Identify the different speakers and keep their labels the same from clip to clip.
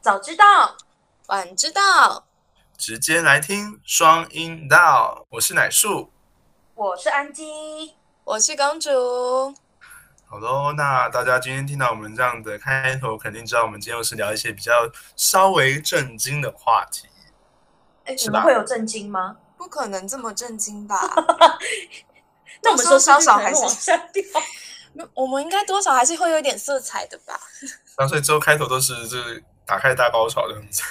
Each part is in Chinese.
Speaker 1: 早知道，晚知道，
Speaker 2: 直接来听双音道，我是奶树。
Speaker 1: 我是安姬。
Speaker 3: 我是公主，
Speaker 2: 好喽，那大家今天听到我们这样的开头，肯定知道我们今天又是聊一些比较稍微震惊的话题。
Speaker 1: 哎，你
Speaker 2: 是吧
Speaker 1: 们会有震惊吗？
Speaker 3: 不可能这么震惊 吧？
Speaker 1: 那我们
Speaker 3: 多多少
Speaker 1: 收视
Speaker 3: 少
Speaker 1: 率可
Speaker 3: 还
Speaker 1: 能
Speaker 3: 是
Speaker 1: 往下掉。
Speaker 3: 我们应该多少还是会有一点色彩的吧？
Speaker 2: 那所以之后开头都是就是打开大高潮这样子。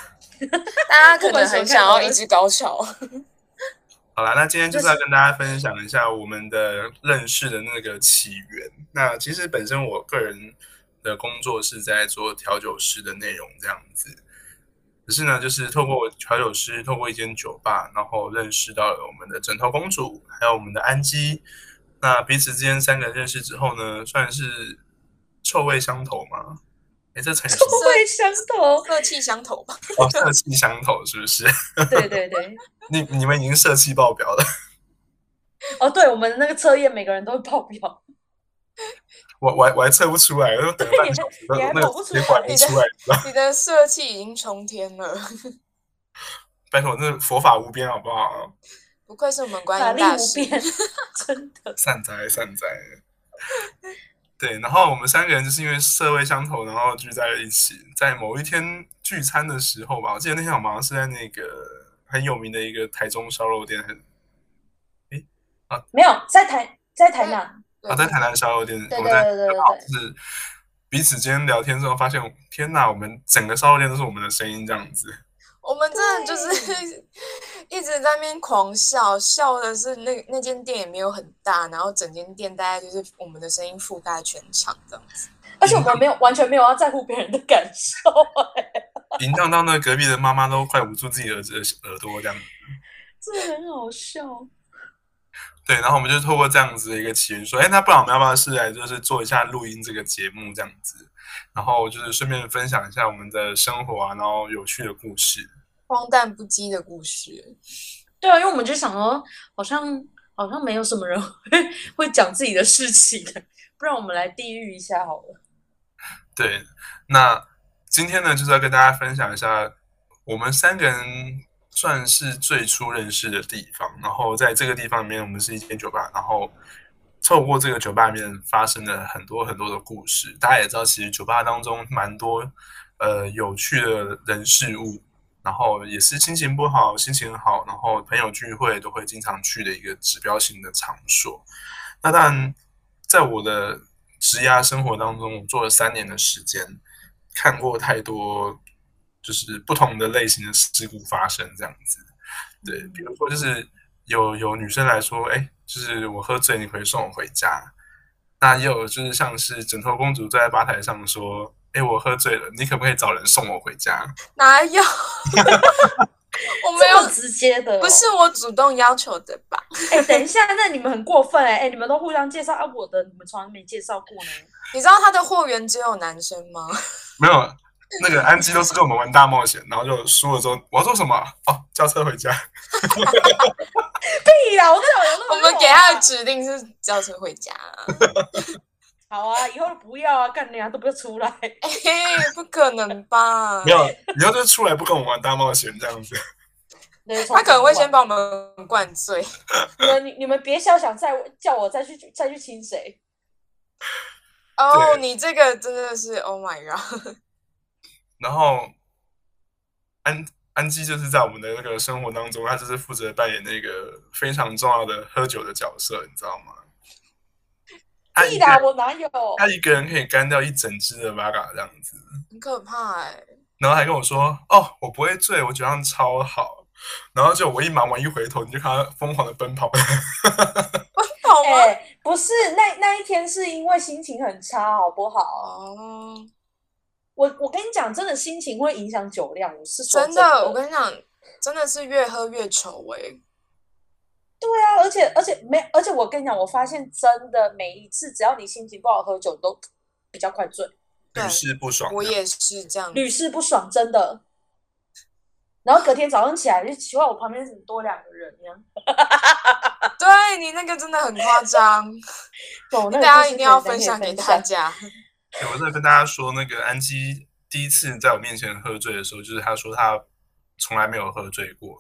Speaker 3: 大家
Speaker 1: 可能很想要一
Speaker 3: 直高 潮。
Speaker 2: 好啦，那今天就是要跟大家分享一下我们的认识的那个起源。那其实本身我个人的工作是在做调酒师的内容这样子，可是呢，就是透过我调酒师，透过一间酒吧，然后认识到了我们的枕头公主，还有我们的安姬。那彼此之间三个人认识之后呢，算是臭味相投吗？哎，这成语是
Speaker 1: 臭味相投，
Speaker 3: 色气相投吧，
Speaker 2: 哦，色气相投是不是？
Speaker 1: 对对对，
Speaker 2: 你你们已经色气爆表了。
Speaker 1: 哦，对，我们的那个测验，每个人都会爆表，
Speaker 2: 我我还我还测不出来，我都等了半小时，那
Speaker 1: 你还
Speaker 2: 个那
Speaker 1: 搞不
Speaker 2: 个
Speaker 1: 出
Speaker 2: 结果还
Speaker 3: 来
Speaker 2: 没出来，你知道吗
Speaker 3: 你的色气已经冲天了，
Speaker 2: 拜托，那佛法无边，好 不好？
Speaker 3: 不愧是我们观
Speaker 1: 法
Speaker 3: 音
Speaker 1: 力
Speaker 3: 大
Speaker 1: 无
Speaker 3: 师。
Speaker 1: 边，真的。
Speaker 2: 善哉善哉。对，然后我们三个人就是因为社会相投，然后聚在了一起。在某一天聚餐的时候吧，我记得那天我们好像是在那个很有名的一个台中烧肉店，还是
Speaker 1: 没有在台在台南，
Speaker 2: 啊，在台南烧肉店，
Speaker 1: 对
Speaker 2: 我们在
Speaker 1: 对对对对
Speaker 2: 然后就是彼此间聊天之后，发现天哪，我们整个烧肉店都是我们的声音这样子。
Speaker 3: 我们真的就是 一直在那边狂笑，笑的是那那间店也没有很大，然后整间店大概就是我们的声音覆盖全场这样子。
Speaker 1: 而且我们没有完全没有要在乎别人的感受、哎，
Speaker 2: 淫荡到那隔壁的妈妈都快捂住自己儿子的耳朵这样子。
Speaker 1: 这很好笑。
Speaker 2: 对，然后我们就透过这样子的一个起源，说，哎，那不然我们要不要试来就是做一下录音这个节目这样子，然后就是顺便分享一下我们的生活啊，然后有趣的故事。
Speaker 3: 荒诞不羁的故事，
Speaker 1: 对啊，因为我们就想说，好像好像没有什么人会会讲自己的事情，不然我们来地狱一下好了。
Speaker 2: 对，那今天呢，就是要跟大家分享一下我们三个人算是最初认识的地方。然后在这个地方里面，我们是一间酒吧，然后透过这个酒吧里面发生了很多很多的故事。大家也知道，其实酒吧当中蛮多呃有趣的人事物，然后也是心情不好、心情好，然后朋友聚会都会经常去的一个指标性的场所。那当然，在我的职涯生活当中，我做了三年的时间，看过太多就是不同的类型的事故发生，这样子。对，比如说就是有有女生来说，哎，就是我喝醉，你可以送我回家。那也有就是像是枕头公主坐在吧台上说，哎，我喝醉了，你可不可以找人送我回家？
Speaker 3: 哪有？ 我没
Speaker 1: 这么
Speaker 3: 有，
Speaker 1: 直接的哦、
Speaker 3: 啊 不是我主动要求的吧？
Speaker 1: 哎、等一下，那你们很过分哎、哎、你们都互相介绍啊，我的你们从来没介绍过呢。
Speaker 3: 你知道他的货源只有男生 吗？
Speaker 2: 没有。那个安吉都是跟我们玩大冒险，然后就输了之后，我要做什么？哦，叫车回家。
Speaker 1: 对呀，我都有那么
Speaker 3: 啊我们给他的
Speaker 1: 啊
Speaker 3: 指令是叫车回家，
Speaker 1: 好啊，以后不要啊，干你啊都不要出来。
Speaker 3: 哎、不可能吧
Speaker 2: 没？有，以后就出来不跟我玩大冒险这样子。
Speaker 3: 他可能会先把我们灌醉。
Speaker 1: 你们你你们别笑，想再叫我再去再去亲谁。
Speaker 3: 哦、
Speaker 2: 对
Speaker 3: 你这个真的是 Oh my god！
Speaker 2: 然后安安基就是在我们的那个生活当中，他就是负责扮演那个非常重要的喝酒的角色，你知道吗？他
Speaker 1: 屁
Speaker 2: 一
Speaker 3: 啊
Speaker 1: 啦，
Speaker 2: 个
Speaker 1: 我哪有？
Speaker 2: 他一个人可以干掉一整只的 Vaga 这样子，
Speaker 3: 很可怕哎、
Speaker 2: 然后还跟我说：“哦，我不会醉，我酒量超好。”然后就我一忙完一回头，你就看他疯狂的奔跑。
Speaker 3: 好
Speaker 1: 哎、
Speaker 3: 吗？
Speaker 1: 不是，那那一天是因为心情很差，好不好？
Speaker 3: 哦、
Speaker 1: 我我跟你讲，真的心情会影响酒量，我是说
Speaker 3: 真
Speaker 1: 真
Speaker 3: 的，我跟你讲，真的是越喝越丑哎、
Speaker 1: 对啊，而且而且没，而且我跟你讲，我发现真的每一次，只要你心情不好喝酒，你都比较快醉，
Speaker 2: 屡
Speaker 3: 对
Speaker 2: 试不爽，
Speaker 3: 我也是这样。
Speaker 1: 屡试不爽，真的。然后隔天早上起来就奇怪，我旁边怎么多两个人呀？
Speaker 3: 对你那个真的很夸张，
Speaker 1: 哦，那个
Speaker 3: 大家
Speaker 1: 故
Speaker 3: 一
Speaker 1: 事
Speaker 3: 定要
Speaker 1: 可以
Speaker 3: 分
Speaker 1: 可以
Speaker 3: 享给
Speaker 1: 分
Speaker 3: 大家。
Speaker 2: 对我在跟大家说，那个安基第一次在我面前喝醉的时候，就是他说他从来没有喝醉过，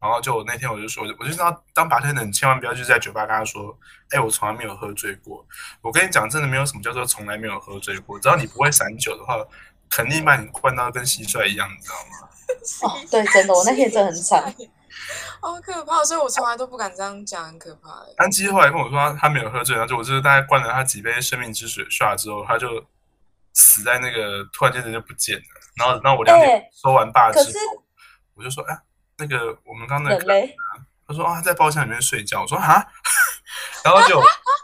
Speaker 2: 然后就那天我就说，我就知道当 bartender 你千万不要就是在酒吧跟他说，哎、我从来没有喝醉过。我跟你讲，真的没有什么叫做从来没有喝醉过，只要你不会散酒的话，肯定把你灌到跟蟋蟀一样，你知道吗？
Speaker 1: 哦，对，真的，我那天真的很 惨。
Speaker 3: 好可怕，所以我从来都不敢这样讲，很可怕欸。
Speaker 2: 安吉后来跟我说他他没有喝醉，然后就我就是大概灌了他几杯生命之水下之后，他就死在那个突然间人就不见了。然后，然后我两点
Speaker 1: 哎
Speaker 2: 收完坝之
Speaker 1: 可
Speaker 2: 后，
Speaker 1: 是
Speaker 2: 我就说，哎、那个我们刚刚那
Speaker 1: 很
Speaker 2: 个，
Speaker 1: 累，
Speaker 2: 他说啊、他在包厢里面睡觉。我说哈， 然后就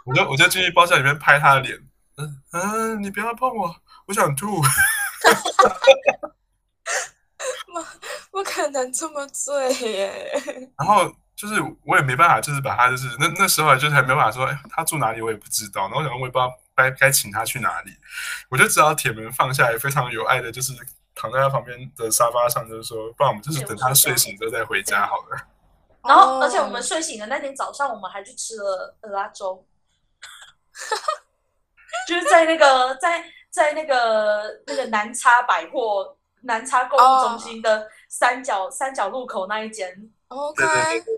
Speaker 2: 我就我就进去包厢里面拍他的脸，嗯嗯，你不要碰我，我想吐。
Speaker 3: 不可能这么醉耶！
Speaker 2: 然后就是我也没办法，就是把他就是那那时候就是还没办法说、哎他住哪里，我也不知道。然后我想说我也不知道该该请他去哪里，我就只好铁门放下来，非常有爱的，就是躺在他旁边的沙发上，就是说，不然我们就是等他睡醒之后再回家好了。
Speaker 1: 然后
Speaker 3: 哦
Speaker 1: 而且我们睡醒的那天早上，我们还去吃了鹅拉粥， 就是在那个在在那个那个南叉百货南叉购物中心的三角、三角路口那一间。
Speaker 3: OK，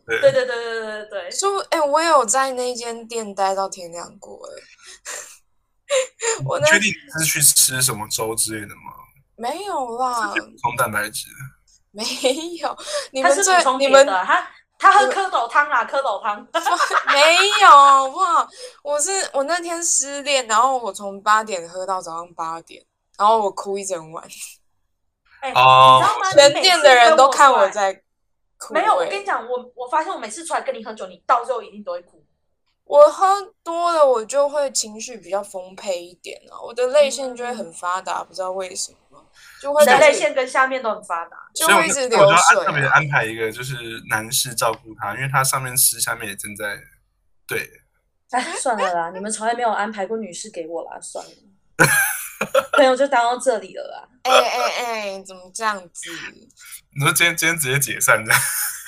Speaker 2: 对
Speaker 1: 对对
Speaker 2: 对对对
Speaker 1: 对对对对对，
Speaker 3: 说哎、我有在那间店待到天亮过哎。 我
Speaker 2: 你
Speaker 3: 那
Speaker 2: 确定你是去吃什么粥之类的吗？
Speaker 3: 没有啦，
Speaker 2: 补充蛋白质。
Speaker 3: 没有。你
Speaker 1: 他
Speaker 3: 们
Speaker 1: 是补
Speaker 3: 这
Speaker 1: 充
Speaker 3: 你
Speaker 1: 别
Speaker 3: 们
Speaker 1: 的，啊他他
Speaker 3: 你
Speaker 1: 喝
Speaker 3: 们
Speaker 1: 蝌蚪汤啊啦，蝌蚪汤。
Speaker 3: 没有哇！我是我那天失恋，然后我从八点喝到早上八点，然后我哭一整晚，
Speaker 1: 哎、
Speaker 2: 哦
Speaker 1: 你知道吗？
Speaker 3: 全店的人都看我
Speaker 1: 你每次跟我出来。
Speaker 3: 在哭、
Speaker 1: 没有，我
Speaker 3: 哎
Speaker 1: 跟你讲，我我发现我每次出来跟你喝酒，你到最后一定都会哭。
Speaker 3: 我喝多了，我就会情绪比较丰沛一点啊，我的泪腺就会很发达，不知道为什么，就会
Speaker 1: 嗯你的
Speaker 3: 一
Speaker 1: 泪
Speaker 3: 直
Speaker 1: 腺跟下面都很发达。
Speaker 3: 就
Speaker 2: 所以我
Speaker 3: 会一直
Speaker 2: 就我
Speaker 3: 流
Speaker 2: 就要
Speaker 3: 水
Speaker 2: 特别
Speaker 3: 啊、
Speaker 2: 安排一个，就是男士照顾他，因为他上面吃，下面也正在对。
Speaker 1: 哎，算了啦，你们从来没有安排过女士给我啦，算了。朋友就当到这里了啦。
Speaker 2: 呃
Speaker 3: 哎哎哎，怎么这样子？
Speaker 2: 你说今天今天直接解散这样？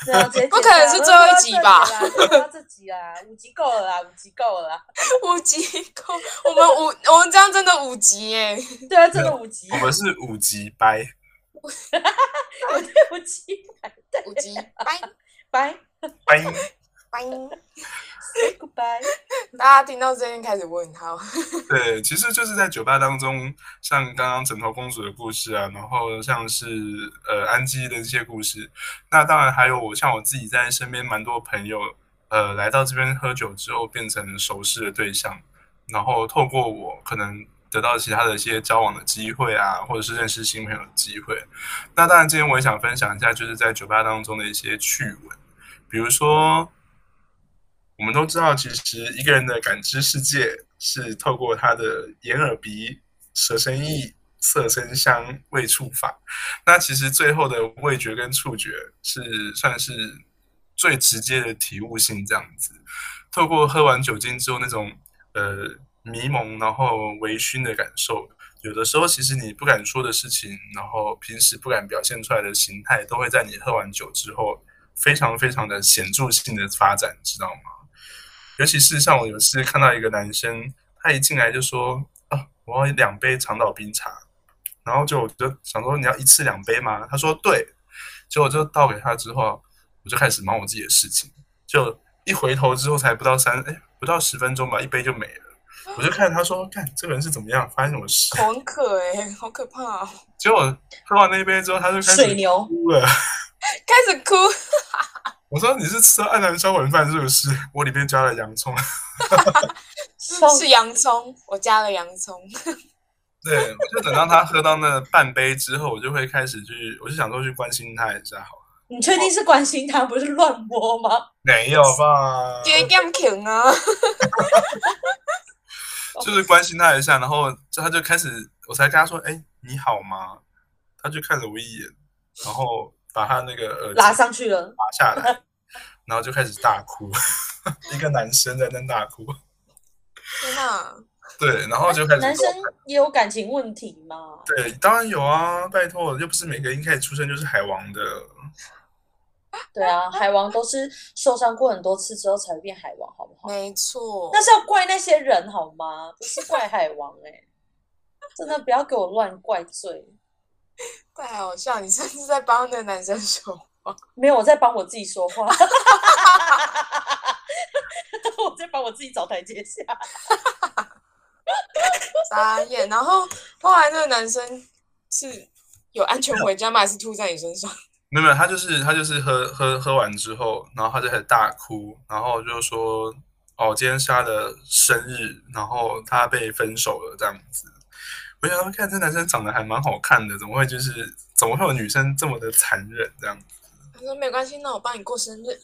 Speaker 1: 对啊，直接
Speaker 3: 不可能是最后一集吧
Speaker 1: 这到这集啦，五集够了啦，五集够了啦。
Speaker 3: 五级够，我们五我们这样真的五级哎、
Speaker 1: 对啊，真的五集
Speaker 2: 我，们是五级掰。
Speaker 1: 五集，
Speaker 3: 五级，拜
Speaker 1: 拜
Speaker 2: 拜。
Speaker 3: 拜。
Speaker 1: ，say goodbye。
Speaker 3: 大家听到这边开始问号，
Speaker 2: 对，其实就是在酒吧当中，像刚刚枕头公主的故事啊，然后像是呃安吉的一些故事，那当然还有我像我自己在身边蛮多朋友，呃，来到这边喝酒之后变成熟识的对象，然后透过我可能得到其他的一些交往的机会啊，或者是认识新朋友的机会。那当然，今天我也想分享一下，就是在酒吧当中的一些趣闻，比如说，我们都知道，其实一个人的感知世界是透过他的眼、耳、鼻、舌、身、意、色、声、香、味、触、法。那其实最后的味觉跟触觉是算是最直接的体悟性，这样子。透过喝完酒精之后那种呃迷蒙，然后微醺的感受，有的时候其实你不敢说的事情，然后平时不敢表现出来的形态，都会在你喝完酒之后，非常非常的显著性的发展，知道吗？尤其是像我有次看到一个男生，他一进来就说啊，我要两杯长岛冰茶，然后就我就想说你要一次两杯吗？他说对，结果就倒给他之后，我就开始忙我自己的事情，就一回头之后才不到三哎不到十分钟吧，一杯就没了。我就看他说，看这个人是怎么样，发生什么事？
Speaker 3: 口很渴哎、好可怕、哦，
Speaker 2: 结果喝完那一杯之后，他就 开
Speaker 1: 水
Speaker 2: 始
Speaker 1: 牛，
Speaker 2: 哭了。
Speaker 3: 开始哭。
Speaker 2: 我说你是吃了黯然销魂饭是不是？ 我里面加了洋葱。
Speaker 3: 是洋葱，我加了洋葱。
Speaker 2: 对，我就等到他喝到那半杯之后，我就会开始去，我就想说去关心他一下好了。
Speaker 1: 你确定是关心他，不是乱摸吗？
Speaker 2: 没有吧？
Speaker 3: 爹 game 啃啊！
Speaker 2: 就是关心他一下，然后就他就开始，我才跟他说：“哎、你好吗？”他就看了我一眼，然后把他那个耳机
Speaker 1: 拉上去了，
Speaker 2: 拔下 来，然后就开始大哭， 一个男生在那大哭。
Speaker 3: 天哪，
Speaker 2: 对，然后就开始
Speaker 1: 男生也有感情问题嘛？
Speaker 2: 对，当然有啊，拜托，又不是每个人一开始出生就是海王的。
Speaker 1: 对啊，海王都是受伤过很多次之后才会变海王，好不好？
Speaker 3: 没错，
Speaker 1: 那是要怪那些欸 人好吗？不是怪海王哎、真的不要给我乱怪罪。
Speaker 3: 太好笑！你甚至在帮那个男生说话，
Speaker 1: 没有，我在帮我自己说话， 我在帮我自己找台阶下。
Speaker 3: 傻眼。然后后来那个男生是有安全回家吗？还是吐在你身上？
Speaker 2: 没有没有，他就是他就是喝喝喝完之后，然后他就开始大哭，然后就说：“哦，今天是他的生日，然后他被分手了这样子。”我想说，看这男生长得还蛮好看的，怎么会就是怎么会有女生这么的残忍这样子？
Speaker 3: 他说没关系，那我帮你过生日。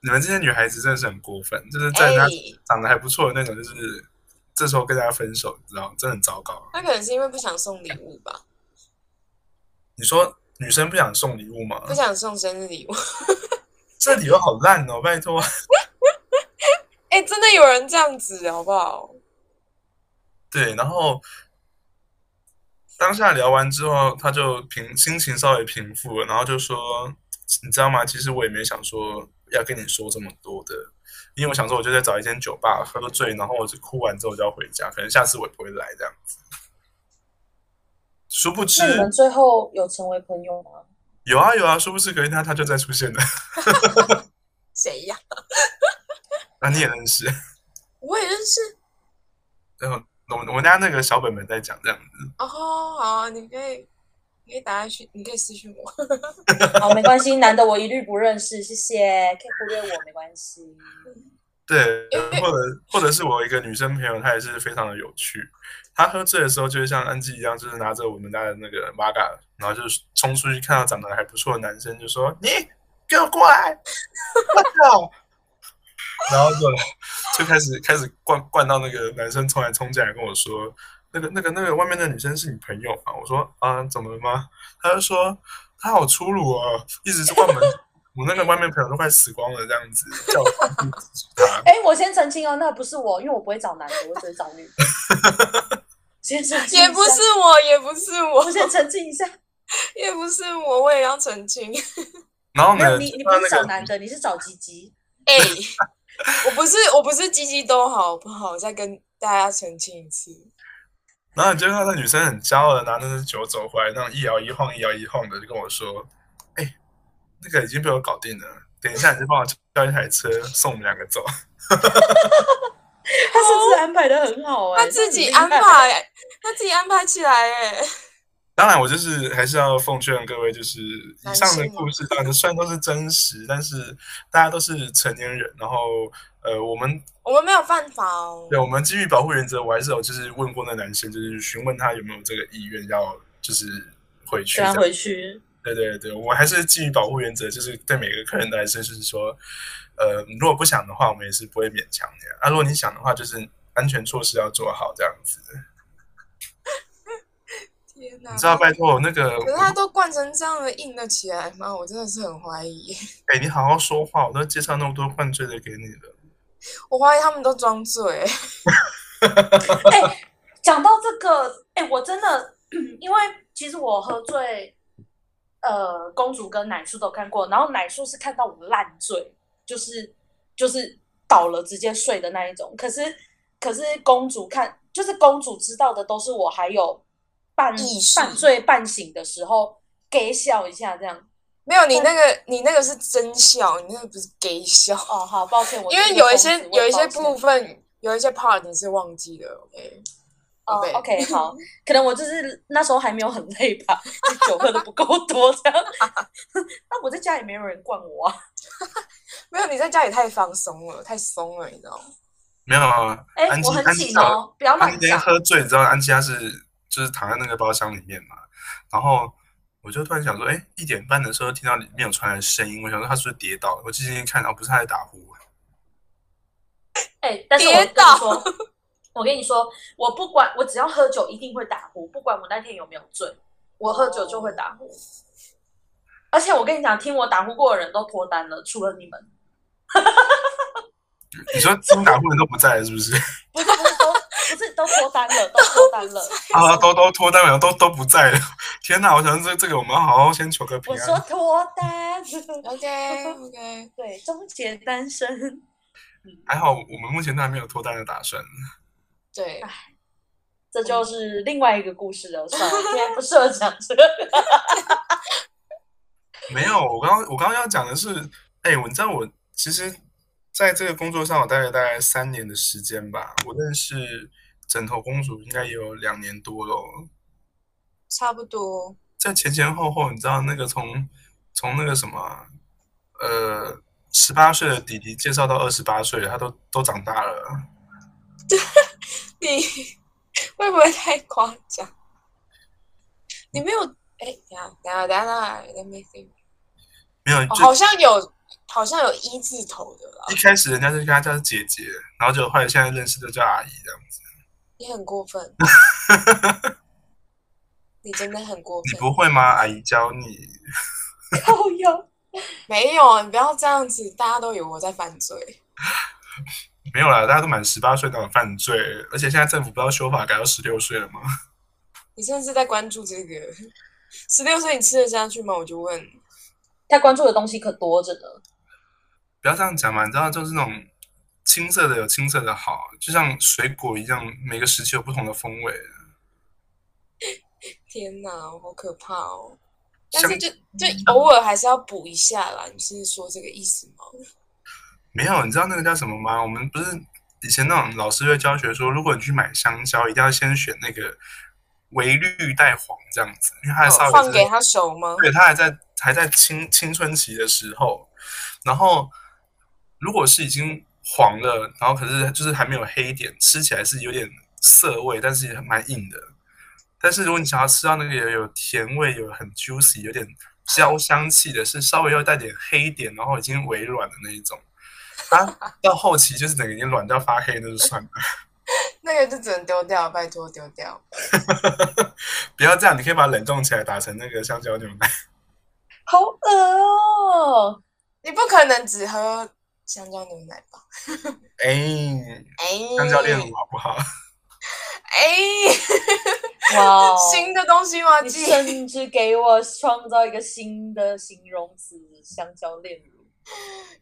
Speaker 2: 你们这些女孩子真的是很过分，就是在他
Speaker 3: 哎
Speaker 2: 长得还不错的那种，就是这时候跟大家分手，你知道，真的很糟糕啊。
Speaker 3: 他可能是因为不想送礼物吧，
Speaker 2: 你说女生不想送礼物吗？
Speaker 3: 不想送生日礼物。
Speaker 2: 这理由好烂哦，拜托。
Speaker 3: 哎、真的有人这样子，好不好？
Speaker 2: 对，然后当下聊完之后，他就平心情稍微平复了，然后就说：“你知道吗？其实我也没想说要跟你说这么多的，因为我想说我就在找一间酒吧喝醉，然后我就哭完之后我就要回家，可能下次我也不会来这样子。”殊不知
Speaker 1: 那你们最后有成为朋友吗？
Speaker 2: 有啊有啊，殊不知隔一天他就再出现了，
Speaker 3: 谁呀、
Speaker 2: 那你也认识。
Speaker 3: 我也认识。
Speaker 2: 然后我们我们家那个小本本在讲这样子，
Speaker 3: 哦，好啊，你可以，你可以打下去，你可以私信我。
Speaker 1: 好，没关系，男的我一律不认识，谢谢，可以忽略我没关系。
Speaker 2: 对
Speaker 3: 因为，
Speaker 2: 或者或者是我一个女生朋友，她也是非常的有趣。她喝醉的时候，就会像安吉一样，就是拿着我们家的那个 m a g a 然后就是冲出去，看到长得还不错的男生，就说：“你给我过来！”我操！ 然后就就开始开始灌灌到那个男生冲来冲进来跟我说：“那个那个那个外面的女生是你朋友吗？”我说：“啊，怎么了吗？”他就说：“她好粗鲁哦，一直是关门。” 我那个外面朋友都快死光了，这样子叫我去阻止他。
Speaker 1: 哎，我先澄清哦，那个不是我，因为我不会找男的，我只会找女 的。先澄清一下
Speaker 3: 也不是，我，也不是我
Speaker 1: 我，先澄清一下，
Speaker 3: 也不是我，我也要澄清。
Speaker 2: 然后
Speaker 1: 没有
Speaker 2: 呢，
Speaker 1: 你，
Speaker 2: 就
Speaker 1: 你不
Speaker 2: 到
Speaker 1: 是
Speaker 2: 那
Speaker 1: 找
Speaker 2: 个
Speaker 1: 男的，你是找吉吉。
Speaker 3: 哎、我不是，我不是鸡鸡都好不好？我再跟大家澄清一次。
Speaker 2: 然后你就看到那女生很骄傲的拿那只酒走回来，那种一摇一晃、一摇一晃的，就跟我说：“哎、那个已经被我搞定了，等一下你就帮我叫一台车送我们两个走。
Speaker 1: 他甚至安排的很好哎、
Speaker 3: 哦他自己
Speaker 1: 真的
Speaker 3: 安
Speaker 1: 很厉害。
Speaker 3: 排，他自己安排起来，哎，”
Speaker 2: 当然，我就是还是要奉劝各位，就是以上
Speaker 1: 啊
Speaker 3: 男
Speaker 2: 的
Speaker 3: 性吗
Speaker 2: 故事，当然虽然都是真实，但是大家都是成年人，然后呃，我们
Speaker 3: 我们没有犯法哦。
Speaker 2: 对我们基于保护原则，我还是有就是问过那男生，就是询问他有没有这个意愿要就是回去这
Speaker 1: 跟他
Speaker 2: 样。
Speaker 1: 回去，
Speaker 2: 对对对，我还是基于保护原则，就是对每个客人的还是就是说，呃，如果不想的话，我们也是不会勉强你啊。啊如果你想的话，就是安全措施要做好这样子。
Speaker 3: 天哪！
Speaker 2: 你知道，拜托我那个，
Speaker 3: 嗯可是他都灌成这样的硬了起来吗？我真的是很怀疑，
Speaker 2: 哎、你好好说话，我都介绍那么多犯罪的给你了。
Speaker 3: 我怀疑他们都装醉。
Speaker 1: 哎、讲到这个，哎、我真的， 因为其实我喝醉，呃，公主跟奶树都看过，然后奶树是看到我烂醉，就是就是倒了直接睡的那一种。可是可是公主看，就是公主知道的都是我还有半
Speaker 3: 意识
Speaker 1: 半醉半醒的时候给笑一下这样。
Speaker 3: 没有，你那个，你那个是真笑，你那个不是 gay 笑。
Speaker 1: 哦，好抱歉，我
Speaker 3: 因
Speaker 1: 是
Speaker 3: 为
Speaker 1: 个
Speaker 3: 有一
Speaker 1: 疯
Speaker 3: 些
Speaker 1: 子我
Speaker 3: 有一些
Speaker 1: 抱歉
Speaker 3: 部分，有一些 part 你是忘记的，OK？
Speaker 1: 哦
Speaker 3: 对
Speaker 1: ，OK，好，可能我就是那时候还没有很累吧，就酒喝的不够多这样。那我在家也没有人惯我啊。
Speaker 3: 没有，你在家里太放松了，太松了，你知道吗？
Speaker 2: 没有啊，
Speaker 1: 哎
Speaker 2: 安，吉
Speaker 1: 我很
Speaker 2: 安吉
Speaker 1: 紧哦，不要
Speaker 2: 他
Speaker 1: 乱
Speaker 2: 那天
Speaker 1: 讲。
Speaker 2: 喝醉，你知道安琪她是就是躺在那个包厢里面嘛，然后我就突然想说，哎，一点半的时候听到里面有传来声音，我想说她是不是跌倒了？我进去一看，哦，不是她在打呼。
Speaker 1: 哎，但是我
Speaker 3: 跌
Speaker 1: 跟你说，我跟你说，我不管，我只要喝酒一定会打呼，不管我那天有没有醉，我喝酒就会打呼。而且我跟你讲，听我打呼过的人都脱单了，除了你们。
Speaker 2: 你说听打呼的都不在了，是不是？
Speaker 1: 不是不是都不是都脱单了，都脱单 了。
Speaker 2: 啊，都都脱单了，都都不在了。天哪，我想这这个我们要好好先求个平
Speaker 1: 我说
Speaker 2: 安。
Speaker 1: 脱单，
Speaker 3: OK OK，
Speaker 1: 对，终结单身。
Speaker 2: 还好我们目前都还没有脱单的打算。
Speaker 3: 对，
Speaker 1: 这就是另外一个故事了，算了，今天不适合讲这个。
Speaker 2: 没有，我刚我刚刚要讲的是，哎、我你知道我其实在这个工作上，我待了大概三年的时间吧。我认识枕头公主应该也有两年多了，
Speaker 3: 差不多。
Speaker 2: 在前前后后，你知道那个从从那个什么啊，呃，十八岁的弟弟介绍到二十八岁，他都都长大了。
Speaker 3: 你会不会太夸张？你没有？哎，等一下，等一下，等一下，等一下，let me think。
Speaker 2: 没有，
Speaker 3: 哦
Speaker 2: 就
Speaker 3: 好像有，好像有一字头的啦
Speaker 2: 一，开始人家就跟他叫姐姐，然后就后来现在认识就叫阿姨这样子。
Speaker 3: 你很过 分。你真的很过
Speaker 2: 你
Speaker 3: 分。
Speaker 2: 不会吗？阿姨教你。
Speaker 1: 靠腰，
Speaker 3: 没有，你不要这样子，大家都以为我在犯罪。
Speaker 2: 没有啦，大家都满十八岁那种犯罪，而且现在政府不知道修法改到十六岁了吗？
Speaker 3: 你甚至在关注这个。十六岁你吃得下去吗？我就问。
Speaker 1: 他关注的东西可多着呢。
Speaker 2: 不要这样讲嘛，你知道就是那种青涩的有青涩的好，就像水果一样，每个时期有不同的风味。
Speaker 3: 天哪，好可怕哦！但
Speaker 2: 像
Speaker 3: 是就就偶尔还是要补一下啦。你是说这个意思吗？
Speaker 2: 没有，你知道那个叫什么吗？我们不是以前那种老师会教学说，如果你去买香蕉，一定要先选那个微绿带黄这样子，因为它的稍微
Speaker 3: 哦放
Speaker 2: 是
Speaker 3: 给他熟吗？
Speaker 2: 对他还在还在青青春期的时候，然后如果是已经黄了，然后可是就是还没有黑点，吃起来是有点涩味，但是也蛮硬的。但是如果你想要吃到那个有有甜味、有很 juicy、有点焦香气的，是稍微要带点黑点，然后已经微软的那一种。啊，到后期就是整个已经软到发黑，那就算了。
Speaker 3: 那个就只能丢掉，拜托丢掉。
Speaker 2: 不要这样，你可以把它冷冻起来，打成那个香蕉牛奶。
Speaker 1: 好恶哦！
Speaker 3: 你不可能只喝香蕉牛奶吧？
Speaker 2: 哎，
Speaker 3: 哎，
Speaker 2: 香蕉炼乳好不好？
Speaker 3: 哎，
Speaker 1: 哇哦，
Speaker 3: 新的东西吗？
Speaker 1: 你
Speaker 3: 记
Speaker 1: 甚至给我创造一个新的形容词——香蕉炼乳。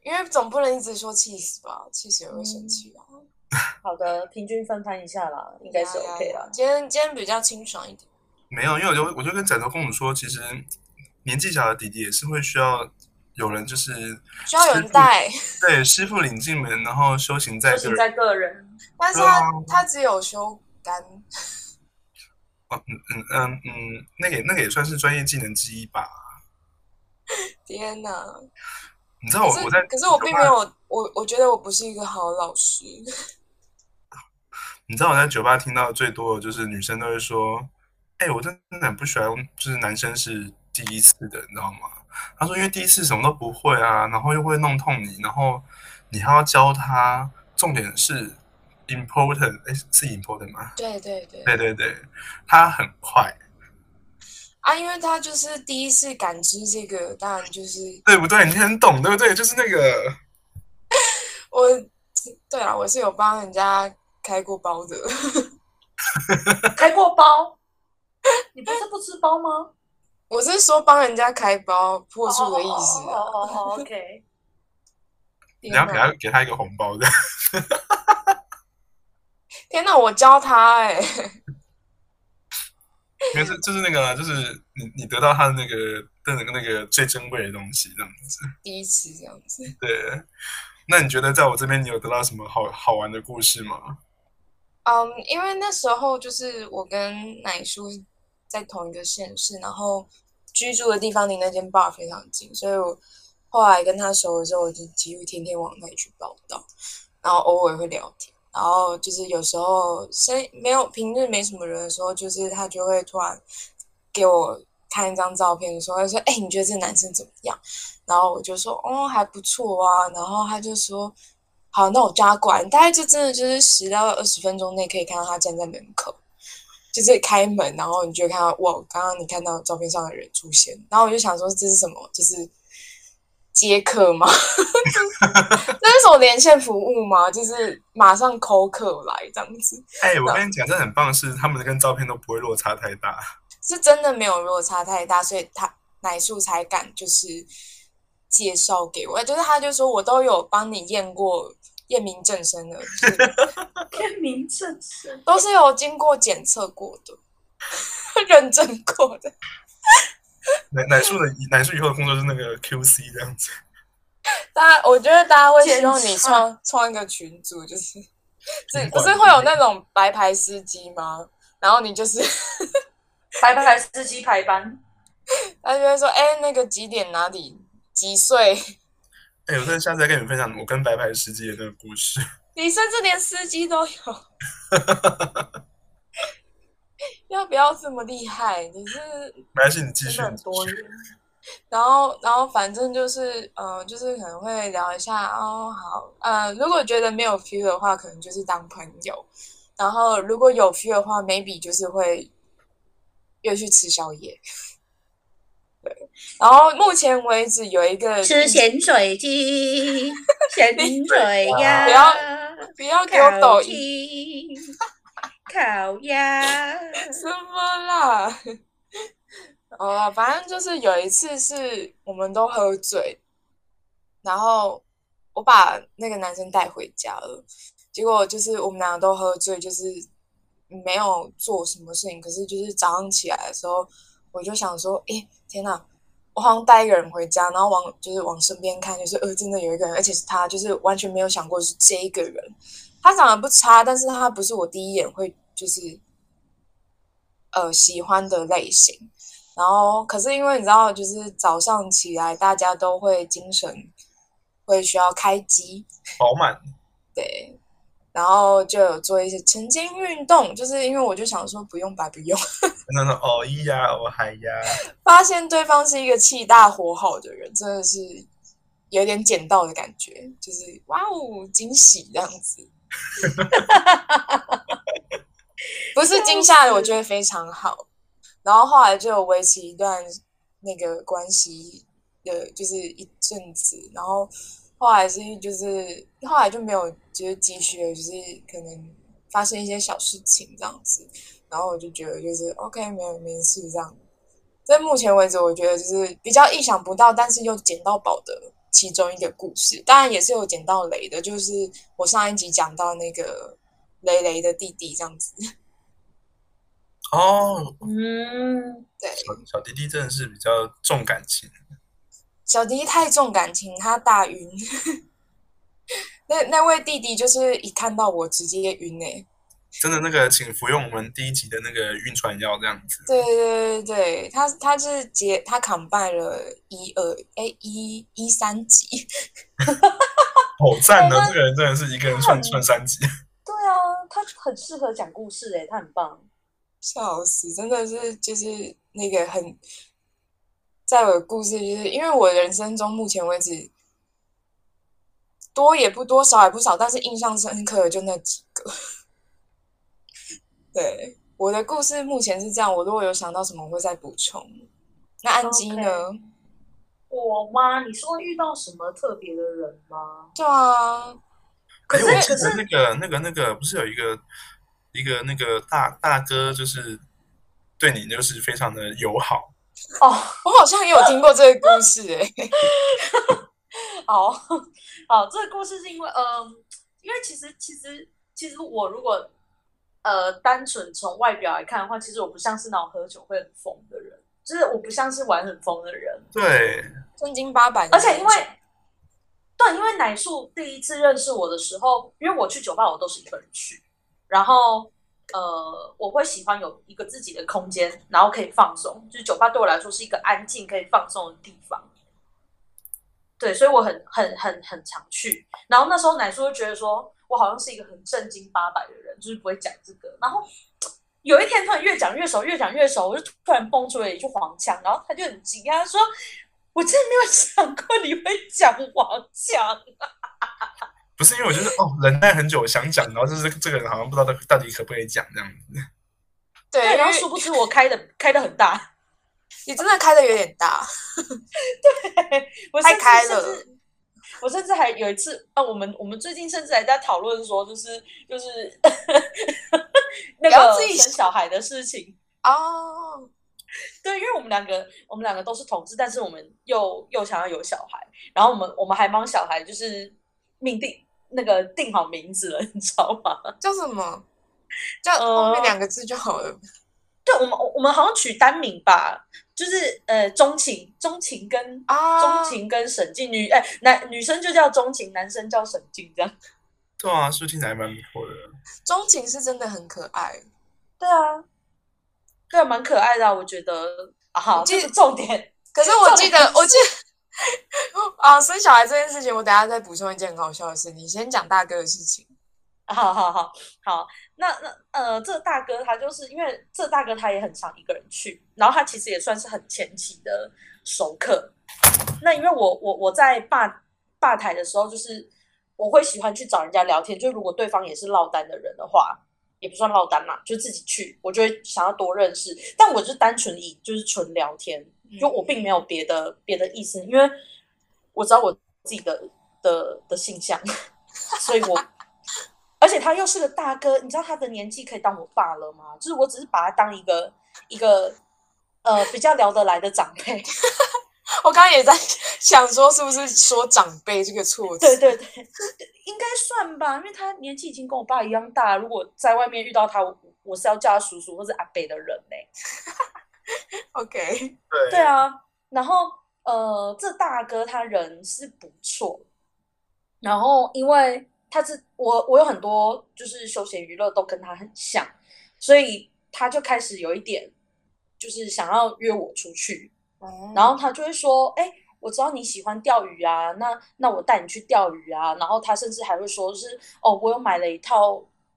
Speaker 3: 因为总不能一直说 cheese 吧，cheese 也会生气啊。
Speaker 1: 好的，平均分摊一下啦，嗯应该是
Speaker 3: 呀呀
Speaker 1: OK
Speaker 3: 呀
Speaker 1: 啦。
Speaker 3: 今天今天比较清爽一点，
Speaker 2: 没有，因为我就我就跟枕头公主说，其实年纪小的弟弟也是会需要有人，就是
Speaker 3: 需要有人带，
Speaker 2: 对师傅领进门，然后修行在
Speaker 1: 就
Speaker 2: 个
Speaker 1: 是
Speaker 2: 人。
Speaker 1: 在个人，
Speaker 3: 但是
Speaker 2: 对啊
Speaker 3: 他他只有修干，
Speaker 2: 哦嗯嗯嗯嗯，那个那个也算是专业技能之一吧。
Speaker 3: 天哪！
Speaker 2: 你知道
Speaker 3: 可
Speaker 2: 我我在
Speaker 3: 是可是我并没有，我我觉得我不是一个好老师。
Speaker 2: 你知道我在酒吧听到最多的就是女生都会说，哎、我真的很不喜欢，就是男生是第一次的，你知道吗？她说因为第一次什么都不会啊，然后又会弄痛你，然后你还要教他，重点是 important，哎、是 important 吗？
Speaker 3: 对对对，
Speaker 2: 对对对，他很快，
Speaker 3: 啊，因为他就是第一次感知这个，当然就是
Speaker 2: 对不对？你很懂，对不对？就是那个，
Speaker 3: 我，对啊，我是有帮人家开过包的。
Speaker 1: 开过包。你不是不吃包吗？
Speaker 3: 我是说帮人家开包破处的意思
Speaker 1: 哦
Speaker 3: 啊。
Speaker 1: 哦哦哦，OK。
Speaker 2: 你
Speaker 3: 天
Speaker 2: 要给
Speaker 3: 哪，
Speaker 2: 他给他一个红包的。
Speaker 3: 天哪，我教他哎、
Speaker 2: 没有，这就是那个啊，就是你你得到他的那个的那个那个最珍贵的东西，这样子。
Speaker 3: 第一次这样子。
Speaker 2: 对，那你觉得在我这边你有得到什么好好玩的故事吗？
Speaker 3: 嗯，因为那时候就是我跟奶叔在同一个县市，然后居住的地方离那间 bar 非常近，所以我后来跟他熟了之后，我就几乎天天往那里去报道，然后偶尔会聊天，然后就是有时候生没有平日没什么人的时候，就是他就会突然给我看一张照片，说他说：“哎、你觉得这男生怎么样？”然后我就说：“哦，还不错啊。”然后他就说：“好，那我叫他过来。”大概就真的就是十到二十分钟内可以看到他站在门口，就是开门，然后你就看到哇，刚刚你看到照片上的人出现，然后我就想说这是什么？就是接客吗？ 这是什么连线服务吗？就是马上扣客来这样子，
Speaker 2: 哎、我跟你讲，这很棒的是，他们跟照片都不会落差太大。
Speaker 3: 是真的没有落差太大，所以他奶树才敢就是介绍给我，就是他就说我都有帮你验过验明正身的，就是
Speaker 1: 天明正身，
Speaker 3: 都是有经过检测过的、 认证过的。
Speaker 2: 奶奶树的奶树以后的工作是那 个 QC 这样子，
Speaker 3: 大家，我觉得大家会
Speaker 1: 检
Speaker 3: 希望你
Speaker 1: 查
Speaker 3: 创创一个群组， 就是这
Speaker 2: 嗯
Speaker 3: 不是会有那种白牌司机吗？然后你就是，
Speaker 1: 排排司机排班，
Speaker 3: 他就会说，哎、那个几点哪里几岁？
Speaker 2: 哎、我真的下次再跟你们分享我跟白白司机的那个故事。
Speaker 3: 你甚至连司机都有，要不要这么厉害？你是
Speaker 2: 没关系，你继
Speaker 1: 真
Speaker 2: 续
Speaker 1: 的。很多
Speaker 2: 你继续
Speaker 1: 人。
Speaker 3: 然后，然后反正就是，呃，就是可能会聊一下哦，好，呃，如果觉得没有 feel 的话，可能就是当朋友；然后如果有 feel 的话，maybe 就是会约去吃宵夜。对，然后目前为止有一个
Speaker 4: 吃咸水 鸡，咸水鸭，
Speaker 3: 不要不要给我抖
Speaker 4: 烤
Speaker 3: 音
Speaker 4: 鸡，烤鸭，
Speaker 3: 什么啦？好啦，反正就是有一次是我们都喝醉，然后我把那个男生带回家了，结果就是我们两个都喝醉，就是没有做什么事情，可是就是早上起来的时候，我就想说，诶，天呐，我好像带一个人回家，然后往就是往身边看，就是呃，真的有一个人，而且是他，就是完全没有想过是这一个人。他长得不差，但是他不是我第一眼会就是呃喜欢的类型。然后，可是因为你知道，就是早上起来大家都会精神会需要开机，
Speaker 2: 饱满，
Speaker 3: 对，然后就有做一些晨间运动，就是因为我就想说不用吧，不用。
Speaker 2: 那种哦咿呀哦嗨呀，
Speaker 3: 发现对方是一个气大火好的人，真的是有点捡到的感觉，就是哇哦惊喜这样子，啊哦不是惊吓的，我觉得非常好。然后后来就有维持一段那个关系的，就是一阵子，然后后来是就是后来就没有就是继续了，就是可能发生一些小事情这样子，然后我就觉得就是 OK 没有没事这样。在目前为止，我觉得就是比较意想不到，但是又捡到宝的其中一个故事。当然也是有捡到雷的，就是我上一集讲到那个雷雷的弟弟这样子。
Speaker 2: 哦，
Speaker 1: 嗯，
Speaker 3: 对，
Speaker 2: 小小弟弟真的是比较重感情，
Speaker 3: 小迪太重感情，他大晕。 那那位弟弟就是一看到我直接晕哎、
Speaker 2: 真的那个请服用我们第一集的那个晕船药这样子。
Speaker 3: 对对对对，他他是结他扛败了一二哎一一三集，
Speaker 2: 好赞
Speaker 1: 哎
Speaker 2: 呢
Speaker 1: 那！
Speaker 2: 这个人真的是一个人串
Speaker 1: 那很
Speaker 2: 串三集，
Speaker 1: 对啊，他很适合讲故事欸诶、他很棒。
Speaker 3: 笑死，真的是就是那个很，在我的故事，就是因为我人生中目前为止多也不多，少也不少，但是印象深刻的就那几个。对，我的故事目前是这样，我如果有想到什么，我会再补充。那安吉呢？
Speaker 1: 我吗？你说遇到什么特别的人吗？
Speaker 3: 对啊，
Speaker 1: 可是
Speaker 2: 哎我记
Speaker 1: 可
Speaker 2: 得
Speaker 1: 是
Speaker 2: 那个那个那个不是有一个一个那个大大哥，就是对你就是非常的友好，
Speaker 1: 哦
Speaker 3: 我好像也有听过这个故事、欸， 哎，
Speaker 1: 哦 哦，这个故事是因为嗯、因为其实其实其实我如果呃单纯从外表来看的话，其实我不像是那种喝酒会很疯的人，就是我不像是玩很疯的人。
Speaker 2: 对，
Speaker 3: 正经八百的
Speaker 1: 而
Speaker 3: 那种。
Speaker 1: 且因为对，因为奶树第一次认识我的时候，因为我去酒吧我都是一个人去，然后呃，我会喜欢有一个自己的空间，然后可以放松，就是酒吧对我来说是一个安静可以放松的地方。对，所以我很很很很常去。然后那时候奶叔就觉得说，我好像是一个很正经八百的人，就是不会讲这个。然后有一天突然越讲越熟，越讲越熟，我就突然蹦出了一句黄腔，然后他就很惊讶他说：“我真的没有想过你会讲黄腔。
Speaker 2: 不是因为我就是哦，忍耐很久想讲，然后就是这个人好像不知道到底可不可以讲这样子。
Speaker 3: 对，”因
Speaker 1: 然后
Speaker 3: 为
Speaker 1: 殊不知我开的开的很 大，
Speaker 3: 你真的开的有点大，
Speaker 1: 我甚
Speaker 3: 太
Speaker 1: 至
Speaker 3: 开
Speaker 1: 甚
Speaker 3: 了
Speaker 1: 至。我甚至还有一次啊，我们我们最近甚至还在讨论说，就是就是 那
Speaker 3: 不要
Speaker 1: 个
Speaker 3: 自己
Speaker 1: 生小孩的事情。
Speaker 3: 哦。
Speaker 1: 对，因为我们两个，我们两个都是同志，但是我们又又想要有小孩，然后我们我们还帮小孩就是命定那个定好名字了，你知道吗？
Speaker 3: 叫什么？叫后
Speaker 1: 呃
Speaker 3: 面两个字就好了。
Speaker 1: 对，我们我我们好像取单名吧，就是呃钟情钟情跟
Speaker 3: 啊，
Speaker 1: 钟情跟沈静女哎男女生就叫钟情，男生叫沈静这样。
Speaker 2: 对啊，是不是听起来蛮不错的？
Speaker 3: 钟情是真的很可爱。
Speaker 1: 对啊，对啊，蛮可爱的、啊，我觉得。啊、好，
Speaker 3: 我记
Speaker 1: 这
Speaker 3: 得
Speaker 1: 是重点。
Speaker 3: 可是我记得
Speaker 1: 重点，是
Speaker 3: 我记得啊，生小孩这件事情，我等一下再补充一件很好笑的事情。先讲大哥的事情。
Speaker 1: 好好好好，那那呃，这个大哥他就是因为这个大哥他也很常一个人去，然后他其实也算是很前期的熟客。那因为我我我在吧吧台的时候，就是我会喜欢去找人家聊天，就如果对方也是落单的人的话，也不算落单嘛，就自己去，我就会想要多认识。但我就单纯以就是纯聊天，就我并没有别的别的意思，因为我知道我自己的的的性向， 所以我而且他又是个大哥，你知道他的年纪可以当我爸了吗？就是我只是把他当一个一个呃比较聊得来的长辈，
Speaker 3: 我刚刚也在 想说，是不是说长辈这个错
Speaker 1: 对
Speaker 3: 字？
Speaker 1: 对对，应该算吧，因为他年纪已经跟我爸一样大，如果在外面遇到他，我我是要叫他叔叔或者阿伯的人呢、
Speaker 3: OK，
Speaker 2: 对
Speaker 1: 对啊，然后呃，这大哥他人是不错，然后因为他是我，我有很多就是休闲娱乐都跟他很像，所以他就开始有一点就是想要约我出去，然后他就会说，哎、我知道你喜欢钓鱼啊，那那我带你去钓鱼啊。然后他甚至还会说是，哦，我有买了一套，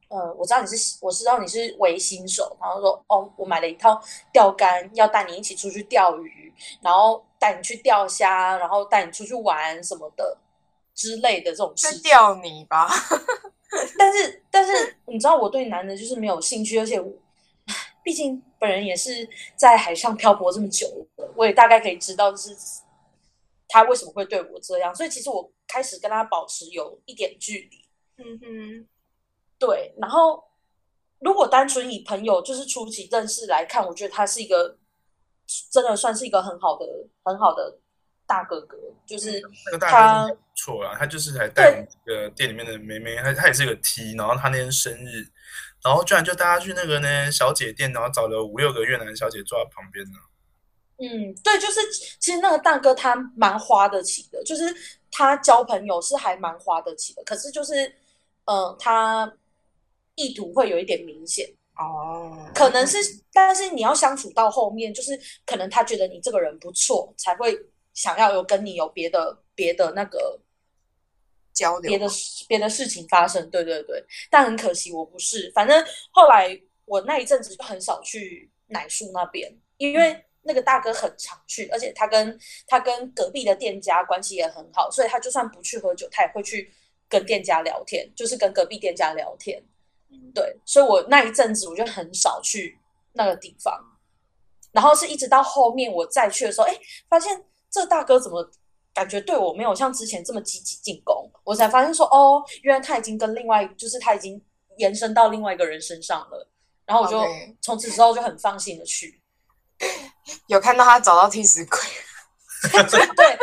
Speaker 1: 呃，我知道你是，我知道你是为新手，然后说，哦，我买了一套钓竿，要带你一起出去钓鱼，然后带你去钓虾，然后带你出去玩什么的之类的这种事
Speaker 3: 是
Speaker 1: 情。
Speaker 3: 钓你吧？
Speaker 1: 但是但是你知道我对男的就是没有兴趣，而且我毕竟本人也是在海上漂泊这么久了，我也大概可以知道就是他为什么会对我这样，所以其实我开始跟他保持有一点距离。
Speaker 3: 嗯哼，
Speaker 1: 对，然后如果单纯以朋友就是初期认识来看，我觉得他是一个真的算是一个很好的很好的大哥哥，就是
Speaker 2: 那个大哥真的不错啊啦，他就是还带我们那个店里面的妹妹，她她也是个 T，然后她那天生日，然后居然就带她去那个呢小姐店，然后找了五六个越南小姐坐在旁边呢。
Speaker 1: 嗯，对，就是其实那个大哥他蛮花得起的，就是他交朋友是还蛮花得起的，可是就是，呃，他意图会有一点明显，
Speaker 3: 哦，
Speaker 1: 可能是，但是你要相处到后面，就是可能他觉得你这个人不错，才会想要有跟你有别的别的那个
Speaker 3: 交流
Speaker 1: 别的事别的事情发生，对对对，但很可惜我不是。反正后来我那一阵子就很少去奶树那边，因为那个大哥很常去，而且他跟他跟隔壁的店家关系也很好，所以他就算不去喝酒，他也会去跟店家聊天，就是跟隔壁店家聊天。对，所以我那一阵子我就很少去那个地方，然后是一直到后面我再去的时候，哎，发现这大哥怎么感觉对我没有像之前这么积极进攻，我才发现说，哦，原来他已经跟另外，就是他已经延伸到另外一个人身上了。然后我就
Speaker 3: OK
Speaker 1: 从此之后就很放心的去，
Speaker 3: 有看到他找到替死鬼
Speaker 1: 对，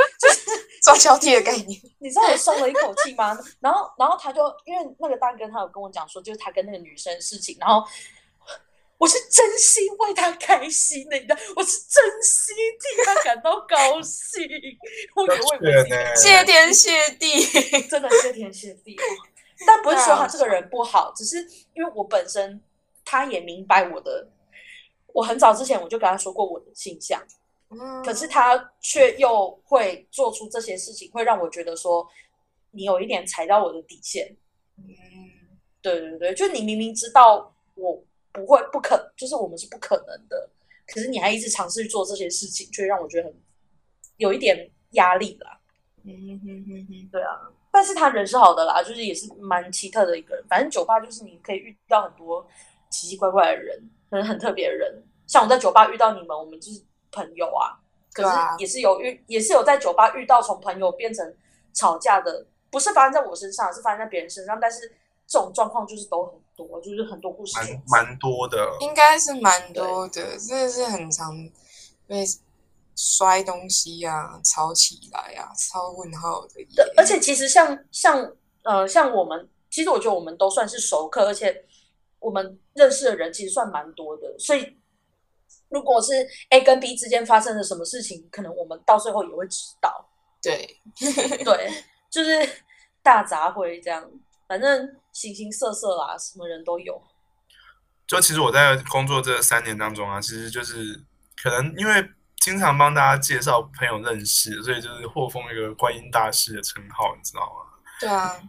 Speaker 3: 抓交替的概 念。
Speaker 1: 你知道我松了一口气吗？然后，然后他就因为那个大哥他有跟我讲说，就是他跟那个女生的事情，然后我是真心为他开心的，你知道，我是真心替他感到高兴，我也为我自己
Speaker 2: 呢，
Speaker 3: 谢天谢地，
Speaker 1: 真的谢天谢地。但不是说他这个人不好，只是因为我本身他也明白我的，我很早之前我就跟他说过我的倾向，
Speaker 3: 嗯
Speaker 1: 可是他却又会做出这些事情，会让我觉得说你有一点踩到我的底线。
Speaker 3: 嗯
Speaker 1: 对对对，就你明明知道我不会不可，就是我们是不可能的，可是你还一直尝试去做这些事情，却让我觉得很有一点压力啦。
Speaker 3: 嗯哼哼哼，
Speaker 1: 对啊，但是他人是好的啦，就是也是蛮奇特的一个人。反正酒吧就是你可以遇到很多奇奇怪怪的人，很很特别的人。像我在酒吧遇到你们，我们就是朋友啊。可
Speaker 3: 对啊
Speaker 1: 是也是有遇，也是有在酒吧遇到从朋友变成吵架的，不是发生在我身上，是发生在别人身上。但是这种状况就是都很多，就是很多故事
Speaker 2: 蛮
Speaker 1: 选择。
Speaker 2: 蛮多的。
Speaker 3: 应该是蛮多的，真的是很常被摔东西呀、啊、吵起来呀、啊、超问号的耶。
Speaker 1: 对，而且其实像像呃，像我们，其实我觉得我们都算是熟客，而且我们认识的人其实算蛮多的，所以如果是 A 跟 B 之间发生了什么事情，可能我们到最后也会知道。
Speaker 3: 对，
Speaker 1: 对，就是大杂烩这样，反正形形色色啦，什么人都有。
Speaker 2: 就其实我在工作这三年当中啊，其实就是可能因为经常帮大家介绍朋友认识，所以就是获封一个观音大师的称号，你知道吗？
Speaker 3: 对啊，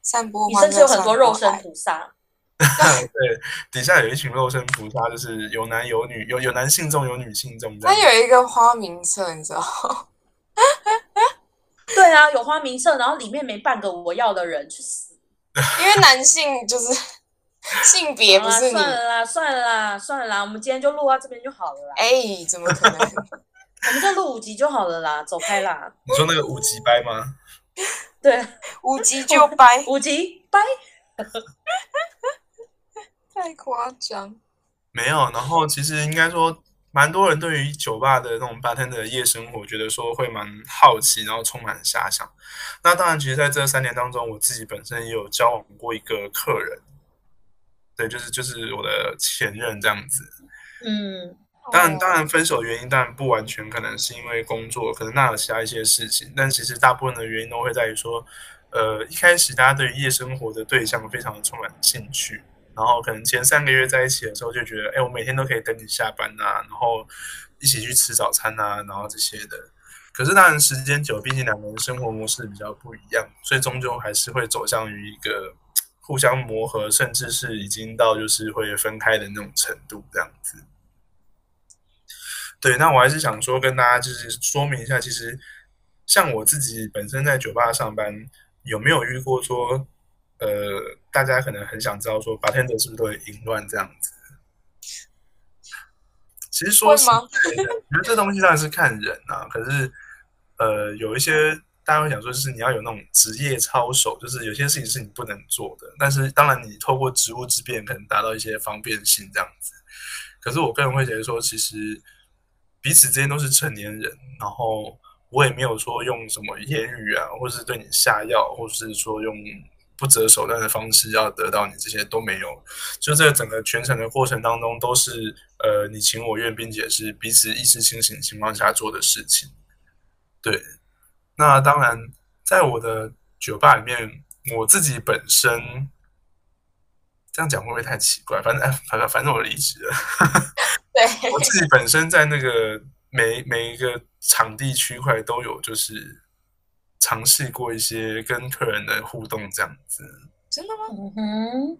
Speaker 3: 散播
Speaker 1: 你
Speaker 3: 欢
Speaker 1: 甚
Speaker 3: 乐，
Speaker 1: 至有很多
Speaker 3: 散播
Speaker 1: 肉身
Speaker 3: 爱
Speaker 1: 菩萨，
Speaker 2: 对，底下有一群肉身菩萨，就是有男有女，有有男信众，有女信众这
Speaker 3: 它
Speaker 2: 样。
Speaker 3: 有一个花名册，你 知道？
Speaker 1: 对啊，有花名社，然后里面没半个我要的人，去死！
Speaker 3: 因为男性就是 性别不
Speaker 1: 好啦
Speaker 3: 是你，
Speaker 1: 啊算了啦，算了啦，算了啦，我们今天就录到这边就好了啦，
Speaker 3: 哎，怎么可能？
Speaker 1: 我们就录五集就好了啦，走开啦，
Speaker 2: 你说那个五级掰吗？
Speaker 1: 对，，
Speaker 3: 无极就掰
Speaker 1: 五集拜。
Speaker 3: 太夸张。
Speaker 2: 没有，然后其实应该说，蛮多人对于酒吧的那种 bartender 的夜生活，觉得说会蛮好奇，然后充满遐想。那当然，其实在这三年当中，我自己本身也有交往过一个客人，对，就是就是我的前任这样子。
Speaker 1: 嗯，
Speaker 2: 当然，
Speaker 3: 哦
Speaker 2: 当然，分手原因当然不完全可能是因为工作，可能那有其他一些事情，但其实大部分的原因都会在于说，呃，一开始大家对于夜生活的对象非常的充满兴趣，然后可能前三个月在一起的时候就觉得，哎，我每天都可以等你下班啊，然后一起去吃早餐啊，然后这些的。可是当然，时间久，毕竟两个人生活模式比较不一样，所以终究还是会走向于一个互相磨合，甚至是已经到就是会分开的那种程度，这样子。对，那我还是想说跟大家就是说明一下，其实像我自己本身在酒吧上班，有没有遇过说，呃，大家可能很想知道说，bartender 是不是都会淫乱这样子？其实说
Speaker 3: 会
Speaker 2: 实
Speaker 3: 吗
Speaker 2: 在的我觉得这东西当然是看人啊，可是呃，有一些大家会想说，就是你要有那种职业操守，就是有些事情是你不能做的，但是当然你透过职务之便可能达到一些方便性这样子。可是我个人会觉得说，其实彼此之间都是成年人，然后我也没有说用什么言语啊，或是对你下药，或是说用不择手段的方式要得到你，这些都没有。就这整个全程的过程当中，都是呃你情我愿，并且是彼此意识清醒的情况下做的事情。对，那当然，在我的酒吧里面，我自己本身这样讲会不会太奇怪？反正哎，反正反正我离职了。
Speaker 3: 对，
Speaker 2: 我自己本身在那个每每一个场地区块都有，就是尝试过一些跟客人的互动这样子，
Speaker 3: 哦真的吗？
Speaker 1: 嗯哼，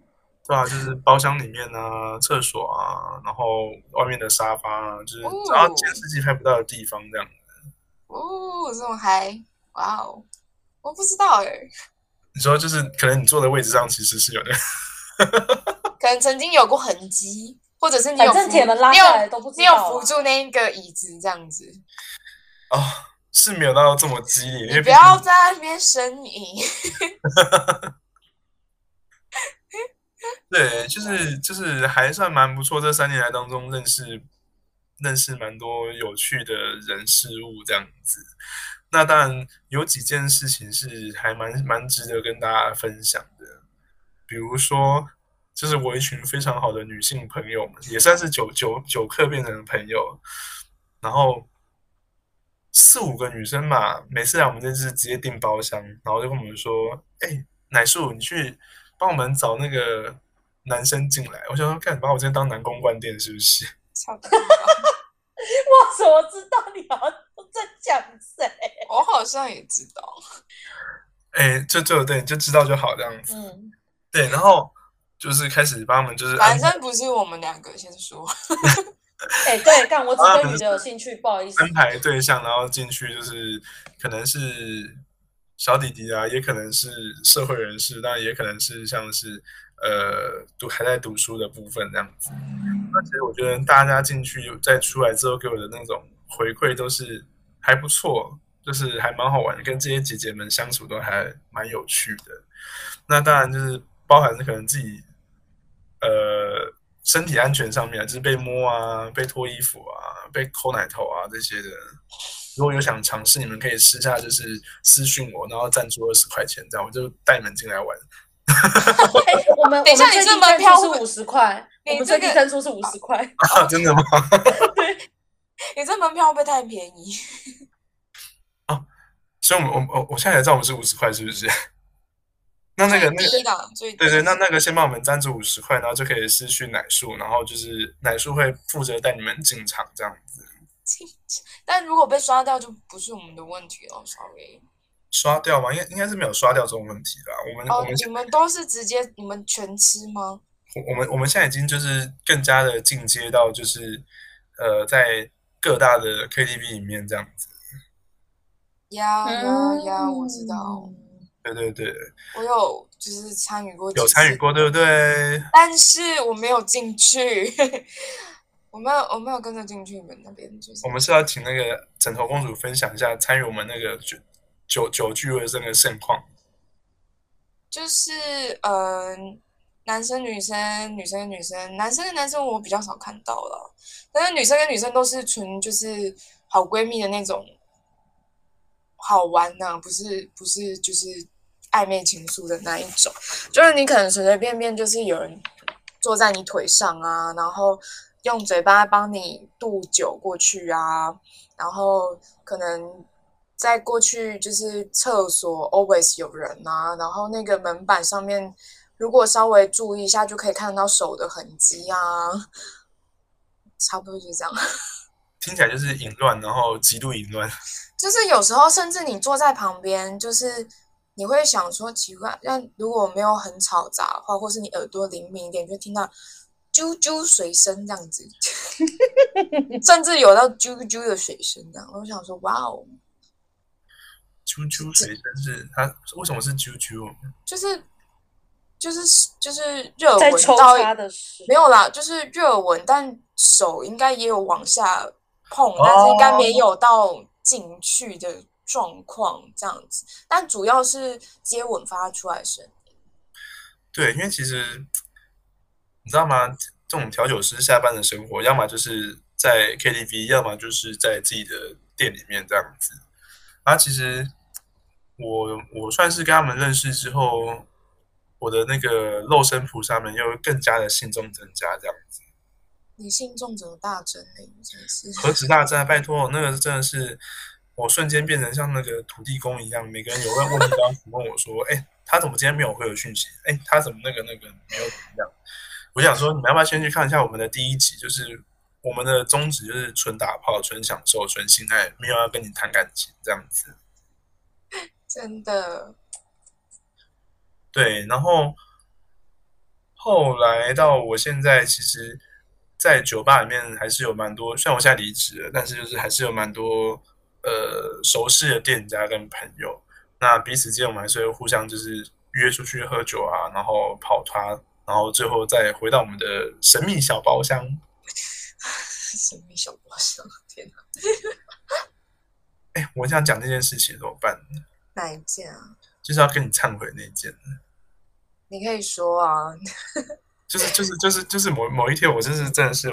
Speaker 2: 对啊，就是包厢里面啊、厕所啊，然后外面的沙发啊，就是
Speaker 3: 哦
Speaker 2: 只要监视器拍不到的地方这样。
Speaker 3: 哦，这种嗨，哇哦，我不知道哎，
Speaker 2: 你说就是可能你坐的位置上其实是有的，
Speaker 3: 可能曾经有过痕迹，或者是你有
Speaker 1: 反正
Speaker 3: 扶
Speaker 1: 铁门拉
Speaker 3: 你有
Speaker 1: 下来都不知
Speaker 3: 你有
Speaker 1: 道啊。
Speaker 3: 扶住那一个椅子这样子，
Speaker 2: 哦，是没有到这么激烈，因
Speaker 3: 你
Speaker 2: 为
Speaker 3: 不
Speaker 2: 毕
Speaker 3: 要
Speaker 2: 竟
Speaker 3: 在那边呻吟。
Speaker 2: 对，就是就是还算蛮不错。这三年来当中认识认识蛮多有趣的人事物这样子。那当然有几件事情是还蛮蛮值得跟大家分享的，比如说，就是我一群非常好的女性朋友们，也算是九九九课变成的朋友，然后四五个女生嘛，每次来我们这次直接订包厢，然后就跟我们说，哎、奶树，你去帮我们找那个男生进来。我想说，干，你把我今天当南宫冠店是不是？
Speaker 3: 差不多吧，
Speaker 1: 我怎么知道你好像都在讲谁？
Speaker 3: 我好像也知道。
Speaker 2: 哎、就就对，你就知道就好这样子。
Speaker 1: 嗯，
Speaker 2: 对，然后就是开始帮他们就是
Speaker 3: 反
Speaker 2: 安
Speaker 3: 正不是我们两个先说，
Speaker 1: 哎、对，干，我只对女的有兴趣，不好意 思。
Speaker 2: 安排对象，然后进去就是可能是小弟弟啊，也可能是社会人士，当然也可能是像是呃读还在读书的部分这样子。那其实我觉得大家进去再出来之后给我的那种回馈都是还不错，就是还蛮好玩的，跟这些姐姐们相处都还蛮有趣的。那当然就是包含可能自己呃身体啊安全上面，就是被摸啊、被脱衣服啊、被抠奶头啊这些的，如果有想尝试，你们可以私下就是私讯我，然后赞助二十块钱，这样我就带你们进来玩。
Speaker 1: 哎，我们
Speaker 3: 等一下
Speaker 1: 我们最
Speaker 3: 你这
Speaker 1: 低
Speaker 3: 门
Speaker 1: 赞助
Speaker 3: 票
Speaker 1: 是
Speaker 3: 会
Speaker 1: 五十块，
Speaker 3: 你
Speaker 1: 我们
Speaker 3: 这
Speaker 1: 最
Speaker 3: 个
Speaker 1: 低赞助是五十块。
Speaker 2: 啊，真的吗？
Speaker 3: 你这门票会不会太便宜？
Speaker 2: 所以我们我们我我现在才知道我们是五十块，是不 是？那那个那个
Speaker 3: 最低的啊最低
Speaker 2: 对对，那那个先帮我们赞助五十块，然后就可以失去奶树，然后就是奶树会负责带你们进场这样子。
Speaker 3: 但如果被刷掉就不是我们的问题了，sorry。
Speaker 2: 刷掉吗？应该应该是没有刷掉这种问题啦。我们、
Speaker 3: 哦
Speaker 2: 嗯我们，
Speaker 3: 你们都是直接你们全吃吗？
Speaker 2: 我们我们现在已经就是更加的进阶到就是呃，在各大的 KTV 里面这样子。
Speaker 3: 呀呀呀！我知道，
Speaker 4: 嗯
Speaker 2: 对对对，
Speaker 3: 我有就是参与过，
Speaker 2: 有参与，过，对不对？
Speaker 3: 但是我没有进去， 我没有我没有跟着进去你们那边，就是
Speaker 2: 我们是要请那个枕头公主分享一下参与我们那个酒酒酒聚会的这个盛况。
Speaker 3: 就是嗯、呃男生女生，女生跟女生，男生跟男生我比较少看到了，但是女生跟女生都是纯就是好闺蜜的那种，好玩呐、不是不是就是暧昧情愫的那一种，就是你可能随随便便就是有人坐在你腿上啊，然后用嘴巴帮你渡酒过去啊，然后可能再过去就是厕所 always 有人啊，然后那个门板上面如果稍微注意一下，就可以看到手的痕迹啊， 差不多就是这样。
Speaker 2: 听起来就是淫乱，然后极度淫乱。
Speaker 3: 就是有时候甚至你坐在旁边，就是你会想说奇怪，那如果没有很吵杂的话，或是你耳朵灵敏一点，就听到啾啾水声这样子， 甚至有到啾啾的水声这样。我想说，哇哦，
Speaker 2: 啾啾水声是它为什么是啾啾？
Speaker 3: 就是就是就是热
Speaker 1: 在
Speaker 3: 闻
Speaker 1: 抽
Speaker 3: 到
Speaker 1: 插的时
Speaker 3: 没有啦，就是热吻，但手应该也有往下碰，但是应该
Speaker 1: 哦
Speaker 3: 没有到进去的状况这样子。但主要是接吻发出来的声音，
Speaker 2: 对，因为其实你知道吗？这种调酒师下班的生活，要么就是在 KTV，要么就是在自己的店里面这样子。然后其实我我算是跟他们认识之后，我的那个肉身菩萨们又更加的信众增加这样子。
Speaker 3: 你性中者大真呢、真的是。
Speaker 2: 何止大战，拜托，那个真的是我瞬间变成像那个土地公一样，每个人有问问题都要询问我说，哎、他怎么今天没有回我讯息？哎、他怎么那个那个没有怎么样？我想说，你们要不要先去看一下我们的第一集？就是我们的宗旨就是纯打炮、纯享受、纯性爱，没有要跟你谈感情这样子。
Speaker 3: 真的，
Speaker 2: 对，然后后来到我现在，其实，在酒吧里面还是有蛮多，虽然我现在离职了，但是就是还是有蛮多呃熟识的店家跟朋友。那彼此间我们还是会互相就是约出去喝酒啊，然后跑团，然后最后再回到我们的神秘小包厢。
Speaker 3: 神秘小包厢，天哪，
Speaker 2: 哎，我想讲这件事情怎么办？
Speaker 3: 哪一件啊？
Speaker 2: 就是要跟你忏悔那一件。
Speaker 3: 你可以说啊，
Speaker 2: 就是就是就是就是某某一天，我真是真的是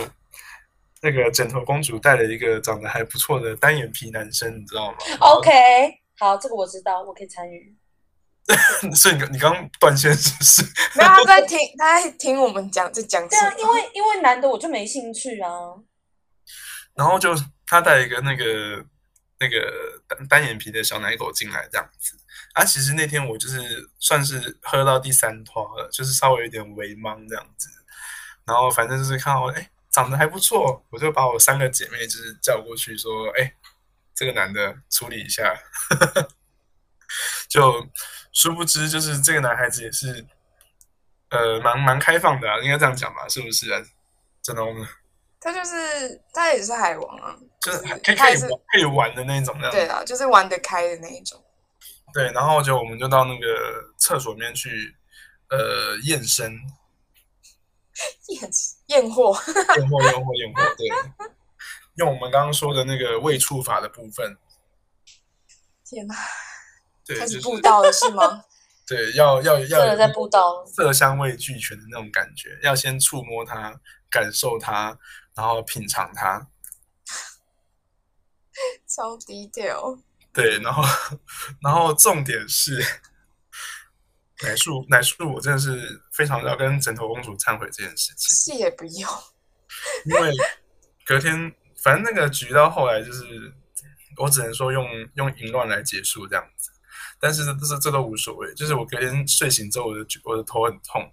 Speaker 2: 那个枕头公主带了一个长得还不错的单眼皮男生，你知道吗
Speaker 1: 哦 OK，好，这个我知道，我可以参与。
Speaker 2: 所以你你刚刚断线是不是？
Speaker 3: 没有他在听，他在听我们讲在讲
Speaker 1: 对
Speaker 3: 什
Speaker 1: 啊，
Speaker 3: 么
Speaker 1: 因为因为男的我就没兴趣啊。
Speaker 2: 然后就他带一个那个那个单单眼皮的小奶狗进来这样子。啊，其实那天我就是算是喝到第三拖了，就是稍微有点微茫这样子。然后反正就是看到哎长得还不错，我就把我三个姐妹就是叫过去说，哎，这个男的处理一下。 就殊不知就是这个男孩子也是，呃，蛮蛮开放的、啊，应该这样讲吧，是不是、啊？真的，我们
Speaker 3: 他就是他也是海王啊，
Speaker 2: 就是
Speaker 3: 就是
Speaker 2: 可以
Speaker 3: 他
Speaker 2: 可
Speaker 3: 也
Speaker 2: 以
Speaker 3: 是
Speaker 2: 玩可以玩的那种，那样
Speaker 3: 对啊，就是玩得开的那一种。
Speaker 2: 对，然后就我们就到那个厕所里面去，呃，验身，
Speaker 3: 验验货，
Speaker 2: 验货，验货，验货，对，用我们刚刚说的那个未触法的部分，
Speaker 3: 天哪，
Speaker 2: 对，
Speaker 3: 开
Speaker 2: 就
Speaker 3: 始
Speaker 2: 是
Speaker 3: 布道了是吗？
Speaker 2: 对，要要
Speaker 1: 真
Speaker 2: 要
Speaker 1: 的
Speaker 2: 有
Speaker 1: 在布道了，
Speaker 2: 色香味俱全的那种感觉，要先触摸它，感受它，然后品尝它。
Speaker 3: 超 detail。
Speaker 2: 对，然后然后重点是奶树奶树，我真的是非常要跟枕头公主忏悔这件事情，
Speaker 3: 是也不用，
Speaker 2: 因为隔天反正那个局到后来就是我只能说用用淫乱来结束这样子，但是这这这都无所谓，就是我隔天睡醒之后，我的我的头很痛，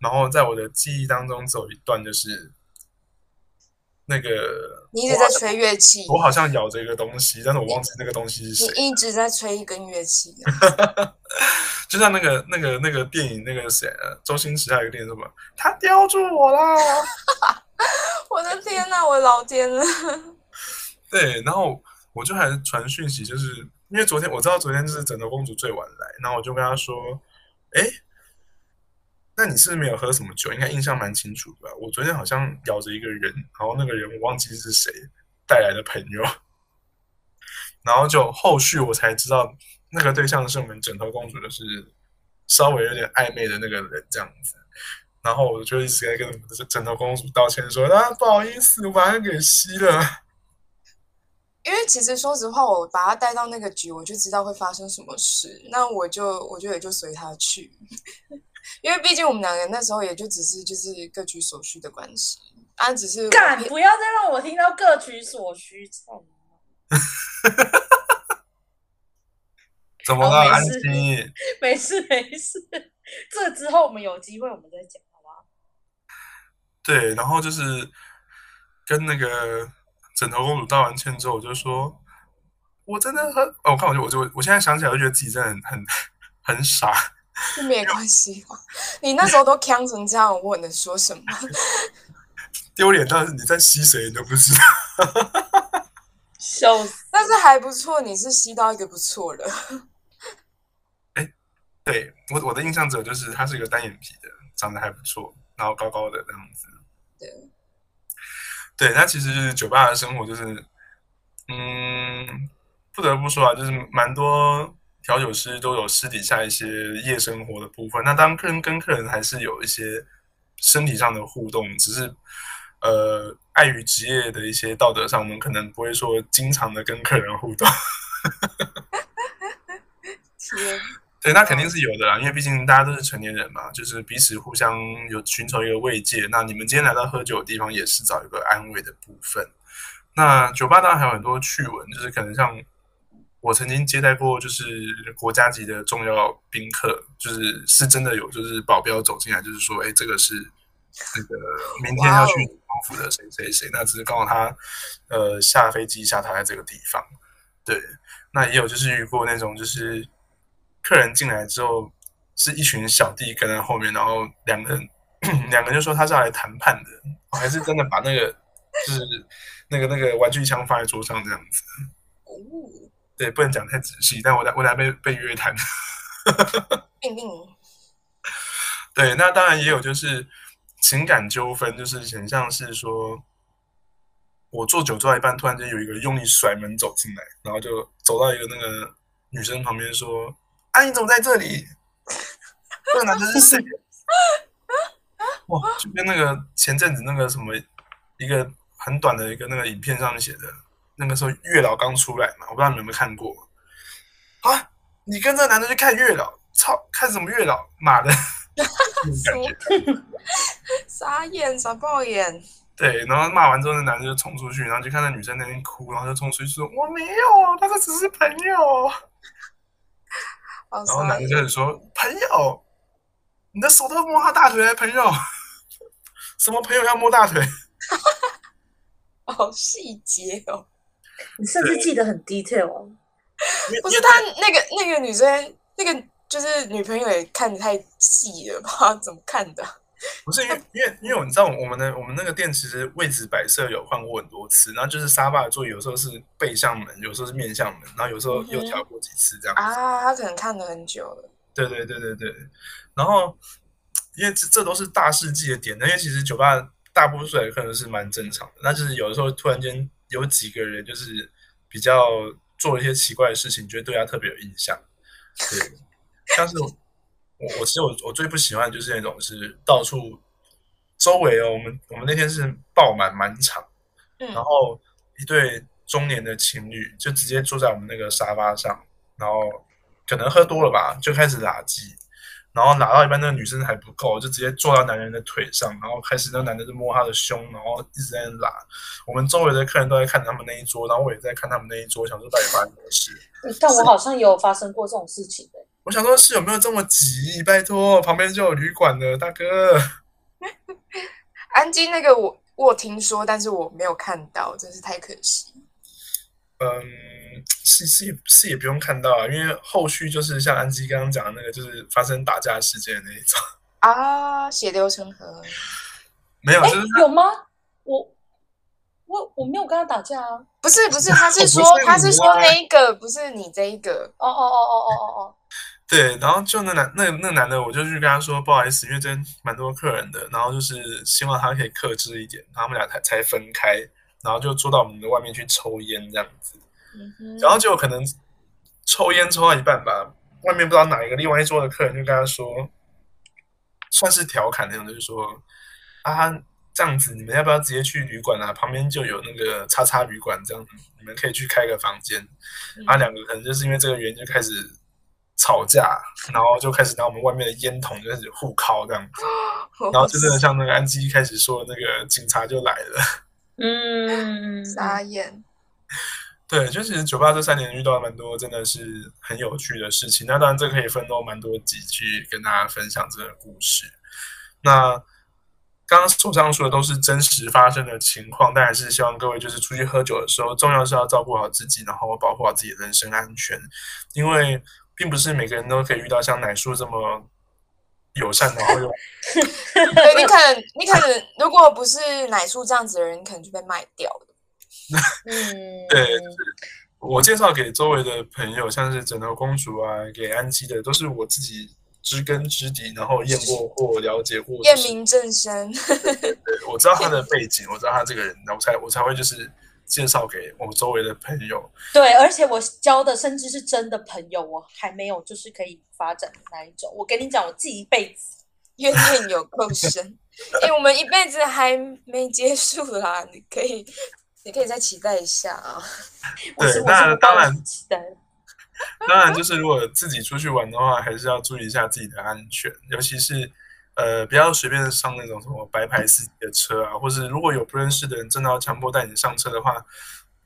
Speaker 2: 然后在我的记忆当中只有一段就是那个
Speaker 3: 你一直在吹乐器，
Speaker 2: 我好像咬着一个东西，但是我忘记那个东西是
Speaker 3: 你
Speaker 2: 谁。
Speaker 3: 一直在吹一根乐器。
Speaker 2: 就像那个、那个、那个电影，那个谁，呃周星驰还有一个电影什么，他叼住我啦。
Speaker 3: 我的天呐，我的老天了！
Speaker 2: 对，然后我就还传讯息，就是因为昨天我知道昨天就是枕头公主最晚来，然后我就跟她说，哎，那你是不是没有喝什么酒？应该印象蛮清楚的吧？我昨天好像咬着一个人，然后那个人我忘记是谁带来的朋友，然后就后续我才知道那个对象是我们枕头公主，就是稍微有点暧昧的那个人这样子。然后我就一直在跟枕头公主道歉说，啊，不好意思，我把它给吸了。
Speaker 3: 因为其实说实话，我把他带到那个局，我就知道会发生什么事，那我就我就也就随他去， 因为毕竟我们两个人那时候也就只是就是各取所需的关系，啊，只是
Speaker 1: 干，不要再让我听到各取所需。操你妈
Speaker 2: 怎么
Speaker 1: 好
Speaker 2: 了，
Speaker 1: 没
Speaker 2: 安
Speaker 1: 事
Speaker 2: 琪？
Speaker 1: 没事没事，这之后我们有机会我们再讲，好不好？
Speaker 2: 对，然后就是跟那个枕头公主道完歉之后，我就说，我真的很……哦，我看我就我就我现在想起来，就觉得自己真的很 很很傻。
Speaker 3: 是没关系吧？ 你那时候都呛成这样，我能说什么？
Speaker 2: 丢脸到你在吸谁你都不知道，
Speaker 1: 笑死！
Speaker 3: 但是还不错，你是吸到一个不错的，
Speaker 2: 对我我的印象者就是他是一个单眼皮的，长得还不错，然后高高的这样子。
Speaker 3: 对，
Speaker 2: 对，那其实就是酒吧的生活，就是嗯，不得不说啊，就是蛮多调酒师都有私底下一些夜生活的部分。那当然客人跟客人还是有一些身体上的互动，只是呃，碍于职业的一些道德上，我们可能不会说经常的跟客人互动。
Speaker 3: 天，
Speaker 2: 对，那肯定是有的啦，因为毕竟大家都是成年人嘛，就是彼此互相有寻求一个慰藉。那你们今天来到喝酒的地方，也是找一个安慰的部分。那酒吧当然还有很多趣闻，就是可能像我曾经接待过，就是国家级的重要宾客，就是是真的有，就是保镖走进来，就是说，哎，这个是那个明天要去
Speaker 3: 哇
Speaker 2: 光复的谁谁谁，那只是告诉他，呃，下飞机下榻在这个地方。对，那也有就是遇过那种就是客人进来之后是一群小弟跟在后面，然后两个人两个人就说他是要来谈判的，我还是真的把那个就是那个那个玩具枪放在桌上这样子。
Speaker 3: 哦，
Speaker 2: 对，不能讲太仔细，但我来我来被被约谈。
Speaker 3: 命令
Speaker 2: 对，那当然也有就是情感纠纷，就是很像是说，我做酒做到一半，突然间有一个用力甩门走进来，然后就走到一个那个女生旁边说：“啊，你怎么在这里？这个男生是谁？”哇，就跟那个前阵子那个什么一个很短的一个那个影片上面写的，那个时候月老刚出来嘛，我不知道你们有没有看过啊？你跟这个男的去看月老，操，看什么月老？妈的！
Speaker 3: 什么？傻眼，傻爆眼，
Speaker 2: 对，然后骂完之后，那男的就冲出去，然后就看到女生在那边哭，然后就冲出去说：“我没有，他说只是朋友。
Speaker 3: 好”
Speaker 2: 然后
Speaker 3: 傻
Speaker 2: 男的就
Speaker 3: 眼，
Speaker 2: 很说：“朋友，你的手都摸他大腿了，朋友，什么朋友要摸大腿？
Speaker 3: 好细节哦。
Speaker 4: 你甚至记得很 detail 哦。
Speaker 2: 因为
Speaker 3: 不
Speaker 2: 因为
Speaker 3: 是他那个那个女生，那个就是女朋友也看得太细了吧？怎么看的？
Speaker 2: 不是因为因为因为你知道我们的我们那个店其实位置摆设有换过很多次，然后就是沙发的座椅有时候是背向门，有时候是面向门，然后有时候又
Speaker 3: 嗯哼
Speaker 2: 调过几次这样子。
Speaker 3: 啊，他可能看了很久了。
Speaker 2: 对对对对对，然后因为这这都是大世纪的点，因为其实酒吧大部分的客人是蛮正常的，那就是有的时候突然间有几个人就是比较做了一些奇怪的事情，就会对他特别有印象。对，但是我我其实我我最不喜欢的就是那种是到处周围哦，我们我们那天是爆满满场，
Speaker 3: 嗯
Speaker 2: 然后一对中年的情侣，就直接坐在我们那个沙发上，然后可能喝多了吧，就开始拉鸡，然后拉到一半，那个女生还不够，就直接坐到男人的腿上，然后开始那男的就摸她的胸，然后一直在那拉。我们周围的客人都在看他们那一桌，然后我也在看他们那一桌，想说到底发生什么事。
Speaker 1: 但我好像也有发生过这种事情的、
Speaker 2: 我想说，是有没有这么急？拜托，旁边就有旅馆了，大哥。
Speaker 3: 安吉那个我我有听说，但是我没有看到，真是太可惜。
Speaker 2: 嗯，是是也是也不用看到啊，因为后续就是像安吉刚刚讲的那个，就是发生打架事件的那一种，
Speaker 3: 啊，血流成河，
Speaker 2: 没有，
Speaker 1: 哎、
Speaker 2: 就是
Speaker 1: 有吗？我我我没有跟他打架啊！
Speaker 3: 不是不是，他
Speaker 2: 我
Speaker 3: 是
Speaker 2: 不
Speaker 3: 说
Speaker 2: 是
Speaker 3: 他是说
Speaker 2: 我啊
Speaker 3: 那一个，不是你这一个，
Speaker 1: 哦哦哦哦哦哦哦，
Speaker 2: 对，然后就那男那那男的，我就去跟他说不好意思，因为真蛮多客人的，然后就是希望他可以克制一点，然后他们俩才才分开，然后就坐到我们的外面去抽烟这样子，
Speaker 3: 嗯哼
Speaker 2: 然后就可能抽烟抽到一半吧，外面不知道哪一个另外一桌的客人就跟他说，算是调侃那种，就是说啊这样子，你们要不要直接去旅馆啊？旁边就有那个叉叉旅馆，这样你们可以去开个房间。啊，两个可能就是因为这个原因就开始吵架，然后就开始拿我们外面的烟筒就开始互敲这样子，然后就真的像那个安吉一开始说的那个警察就来了。
Speaker 1: 嗯，
Speaker 3: 傻 眼，
Speaker 2: 对，就其实酒吧这三年遇到蛮多真的是很有趣的事情。那当然，这可以分到蛮多集去跟大家分享这个故事。那刚刚所上述的都是真实发生的情况，但还是希望各位就是出去喝酒的时候，重要是要照顾好自己，然后保护好自己的人身安全，因为并不是每个人都可以遇到像奶叔这么友善，然后又
Speaker 3: 对你可能你可能如果不是奶叔这样子的人，你可能就被卖掉了。
Speaker 1: 嗯，
Speaker 2: 对我介绍给周围的朋友，像是枕头公主啊，给安吉的，都是我自己知根知底，然后验过或了解过。
Speaker 3: 验明正身，
Speaker 2: 对我知道他的背景，我知道他这个人，然后我才我才会就是介绍给我周围的朋友。
Speaker 1: 对，而且我交的甚至是真的朋友，我还没有就是可以发展的那一种。我跟你讲，我自己一辈子，
Speaker 3: 怨念有够深。 哎、我们一辈子还没结束啦，你可以你可以再期待一下啊。
Speaker 1: 我是
Speaker 2: 对那当然，
Speaker 1: 我是不抱有期待
Speaker 2: 当然，就是如果自己出去玩的话，还是要注意一下自己的安全，尤其是呃，不要随便上那种什么白牌司机的车啊，或是如果有不认识的人真的要强迫带你上车的话，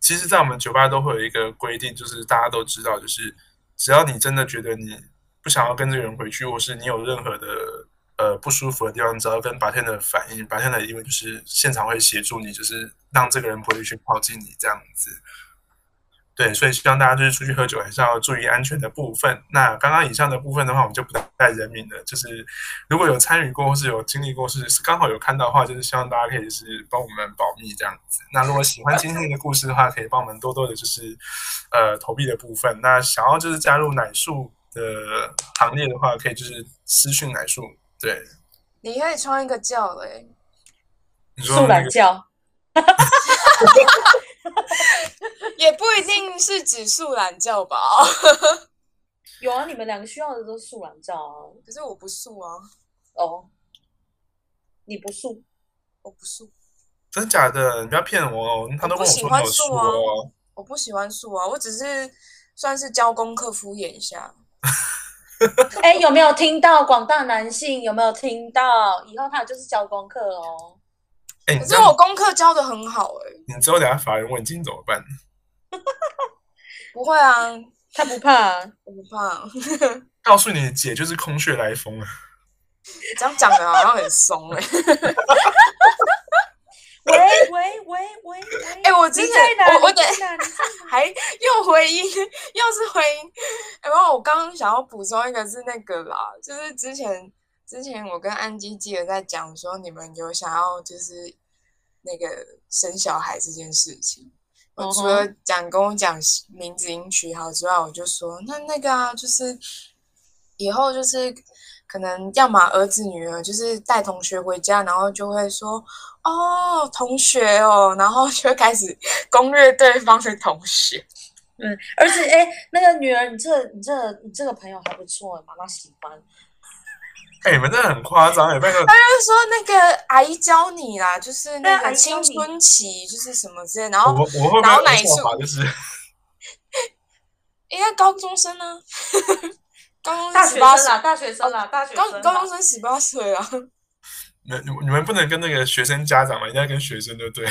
Speaker 2: 其实，在我们酒吧都会有一个规定，就是大家都知道，就是只要你真的觉得你不想要跟这个人回去，或是你有任何的呃不舒服的地方，只要跟白天的反应，白天的因为就是现场会协助你，就是让这个人不会去靠近你这样子。对，所以希望大家就是出去喝酒还是要注意安全的部分。那刚刚以上的部分的话，我们就不带人名了。就是如果有参与过或是有经历过，是是刚好有看到的话，就是希望大家可以是帮我们保密这样子。那如果喜欢今天的故事的话，可以帮我们多多的就是呃投币的部分。那想要就是加入奶树的行列的话，可以就是私讯奶树。对，
Speaker 3: 你可以穿一个教欸嘞、
Speaker 2: 你说
Speaker 1: 素
Speaker 2: 那
Speaker 1: 懒
Speaker 2: 个
Speaker 1: 觉。
Speaker 3: 也不一定是指素懒觉吧。
Speaker 1: 有啊，你们两个需要的都是素懒觉啊。
Speaker 3: 可是我不素啊，
Speaker 1: 哦，你不素，
Speaker 3: 我不素，
Speaker 2: 真假的，你不要骗我哦，他都跟我说没
Speaker 3: 我
Speaker 2: 有
Speaker 3: 不喜
Speaker 2: 说
Speaker 3: 欢
Speaker 2: 哦。
Speaker 3: 我不喜欢素啊，我只是算是教功课敷衍一下。
Speaker 1: 哎，有没有听到广大男性？有没有听到？以后他就是交功课哦。
Speaker 2: 哎，你
Speaker 3: 可
Speaker 2: 知
Speaker 3: 是
Speaker 2: 道
Speaker 3: 我功课教的很好哎、
Speaker 2: 你之后等下法院问津怎么办？
Speaker 3: 不会啊，
Speaker 1: 他不 怕、啊，
Speaker 3: 我不怕。
Speaker 2: 告诉你，姐就是空穴来风啊！
Speaker 3: 这样讲的好像很松哎、
Speaker 1: 喂喂喂喂喂！
Speaker 3: 哎我之
Speaker 1: 你
Speaker 3: 前
Speaker 1: 在哪？
Speaker 3: 我我
Speaker 1: 你在
Speaker 3: 等
Speaker 1: 哪？你在哪
Speaker 3: 还又回音，又是回音。然后我刚刚想要补充一个是那个啦，就是之前之前我跟安吉记得在讲说，你们有想要就是那个生小孩这件事情。我除了讲跟我讲名字已经取好之外，我就说那那个啊，就是以后就是可能要么儿子女儿，就是带同学回家，然后就会说哦同学哦，然后就会开始攻略对方的同学。
Speaker 1: 嗯，而且哎哎，那个女儿，你这你这你这个朋友还不错，妈妈喜欢。
Speaker 2: 哎，你们真的很夸张哎！拜托，
Speaker 3: 就是说那个阿姨教你啦，就是
Speaker 1: 对啊
Speaker 3: 那
Speaker 1: 阿
Speaker 3: 个
Speaker 1: 姨教
Speaker 3: 青
Speaker 1: 你
Speaker 3: 春期，就是什么之类，然
Speaker 2: 我
Speaker 3: 后
Speaker 2: 我会不
Speaker 3: 然后
Speaker 2: 会
Speaker 3: 奶
Speaker 2: 有做法就是
Speaker 3: 应该高中生呢、 高中
Speaker 1: 大
Speaker 3: 生
Speaker 1: 学
Speaker 3: 十八
Speaker 1: 生
Speaker 3: 岁，
Speaker 1: 啦，大学生啊啦，大学
Speaker 3: 高
Speaker 1: 生啦。
Speaker 3: 高中生十八岁啊。
Speaker 2: 你们你们不能跟那个学生家长嘛，一定要跟学生对不 对？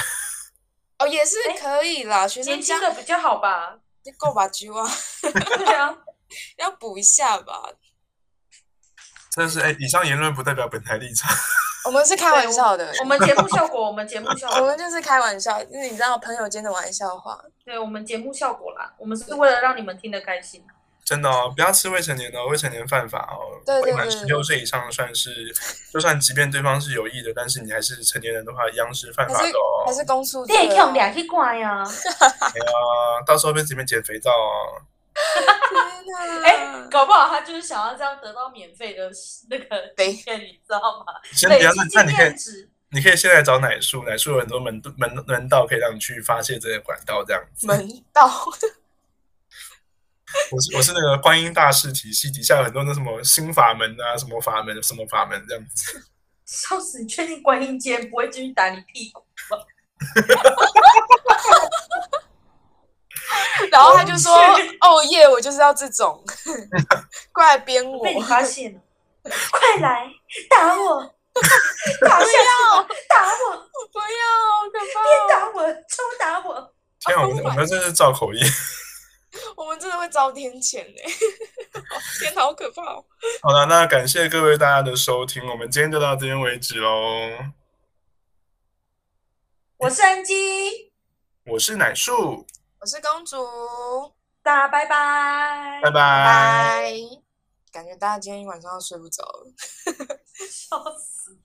Speaker 3: 哦，也是
Speaker 1: 哎
Speaker 3: 可以啦，学生
Speaker 1: 年
Speaker 3: 家
Speaker 1: 轻的比较好吧？
Speaker 3: 就够吧，菊啊，
Speaker 1: 对啊，
Speaker 3: 要补一下吧。
Speaker 2: 真的是哎，以上言论不代表本台立场。
Speaker 3: 我们是开玩笑的，
Speaker 1: 我们节目效果，我们节目 效
Speaker 3: 我
Speaker 1: 果，
Speaker 3: 们就是开玩笑，就是你知道朋友间的玩笑话。
Speaker 1: 对我们节目效果啦，我们是为了让你们听得开心。
Speaker 2: 真的哦，不要吃未成年的哦，未 成年犯法哦。
Speaker 3: 对对
Speaker 2: 未满
Speaker 3: 对
Speaker 2: 十
Speaker 3: 对
Speaker 2: 六岁以上算是，就算即便对方是有意的，但是你还是成年人的话，一样是犯法的
Speaker 3: 还
Speaker 2: 哦。
Speaker 3: 是公诉
Speaker 1: 你
Speaker 3: 罪、
Speaker 1: 也
Speaker 3: 啊
Speaker 1: 用？俩去关呀？
Speaker 2: 啊，到时候被这边捡肥皂哦。
Speaker 3: 天哪！
Speaker 1: 哎，搞不好他就是想要这样得到免费的那个
Speaker 3: 对
Speaker 1: 经验，你知道吗？
Speaker 2: 先
Speaker 1: 累
Speaker 2: 不要，
Speaker 1: 积
Speaker 2: 那那
Speaker 1: 经
Speaker 2: 你可以
Speaker 1: 验，值。
Speaker 2: 你可以现在找奶树，奶树有很多门门门道可以让你去发泄这些管道，这样子。
Speaker 3: 门道，
Speaker 2: 我是我是那个观音大士体系底下有很多那什么新法门啊，什么法门，什么法门这样子。
Speaker 1: 笑死！你确定观音今天不会进去打你屁股？
Speaker 3: 然后他就 说：“哦耶，我就是要这种， 过来编我。
Speaker 1: 被你发现了， 快来打 我！打下去，打我，”
Speaker 3: 不要，好可
Speaker 1: 别
Speaker 3: 怕哦！
Speaker 1: 打我，抽打我！
Speaker 2: 天啊，
Speaker 3: Oh
Speaker 2: 我们
Speaker 3: my
Speaker 2: 我们这是造口音。
Speaker 3: 我们真的会遭天谴哎！ 天哪，好可怕哦！
Speaker 2: 好了，那感谢各位大家的收听，我们今天就到这边为止喽。
Speaker 1: 我是安姬，
Speaker 2: 我是奶树，
Speaker 3: 我是公主，
Speaker 1: 大家拜拜，
Speaker 2: 拜
Speaker 3: 拜
Speaker 2: 拜。
Speaker 3: 感觉大家今天晚上要睡不着了。
Speaker 1: 笑死！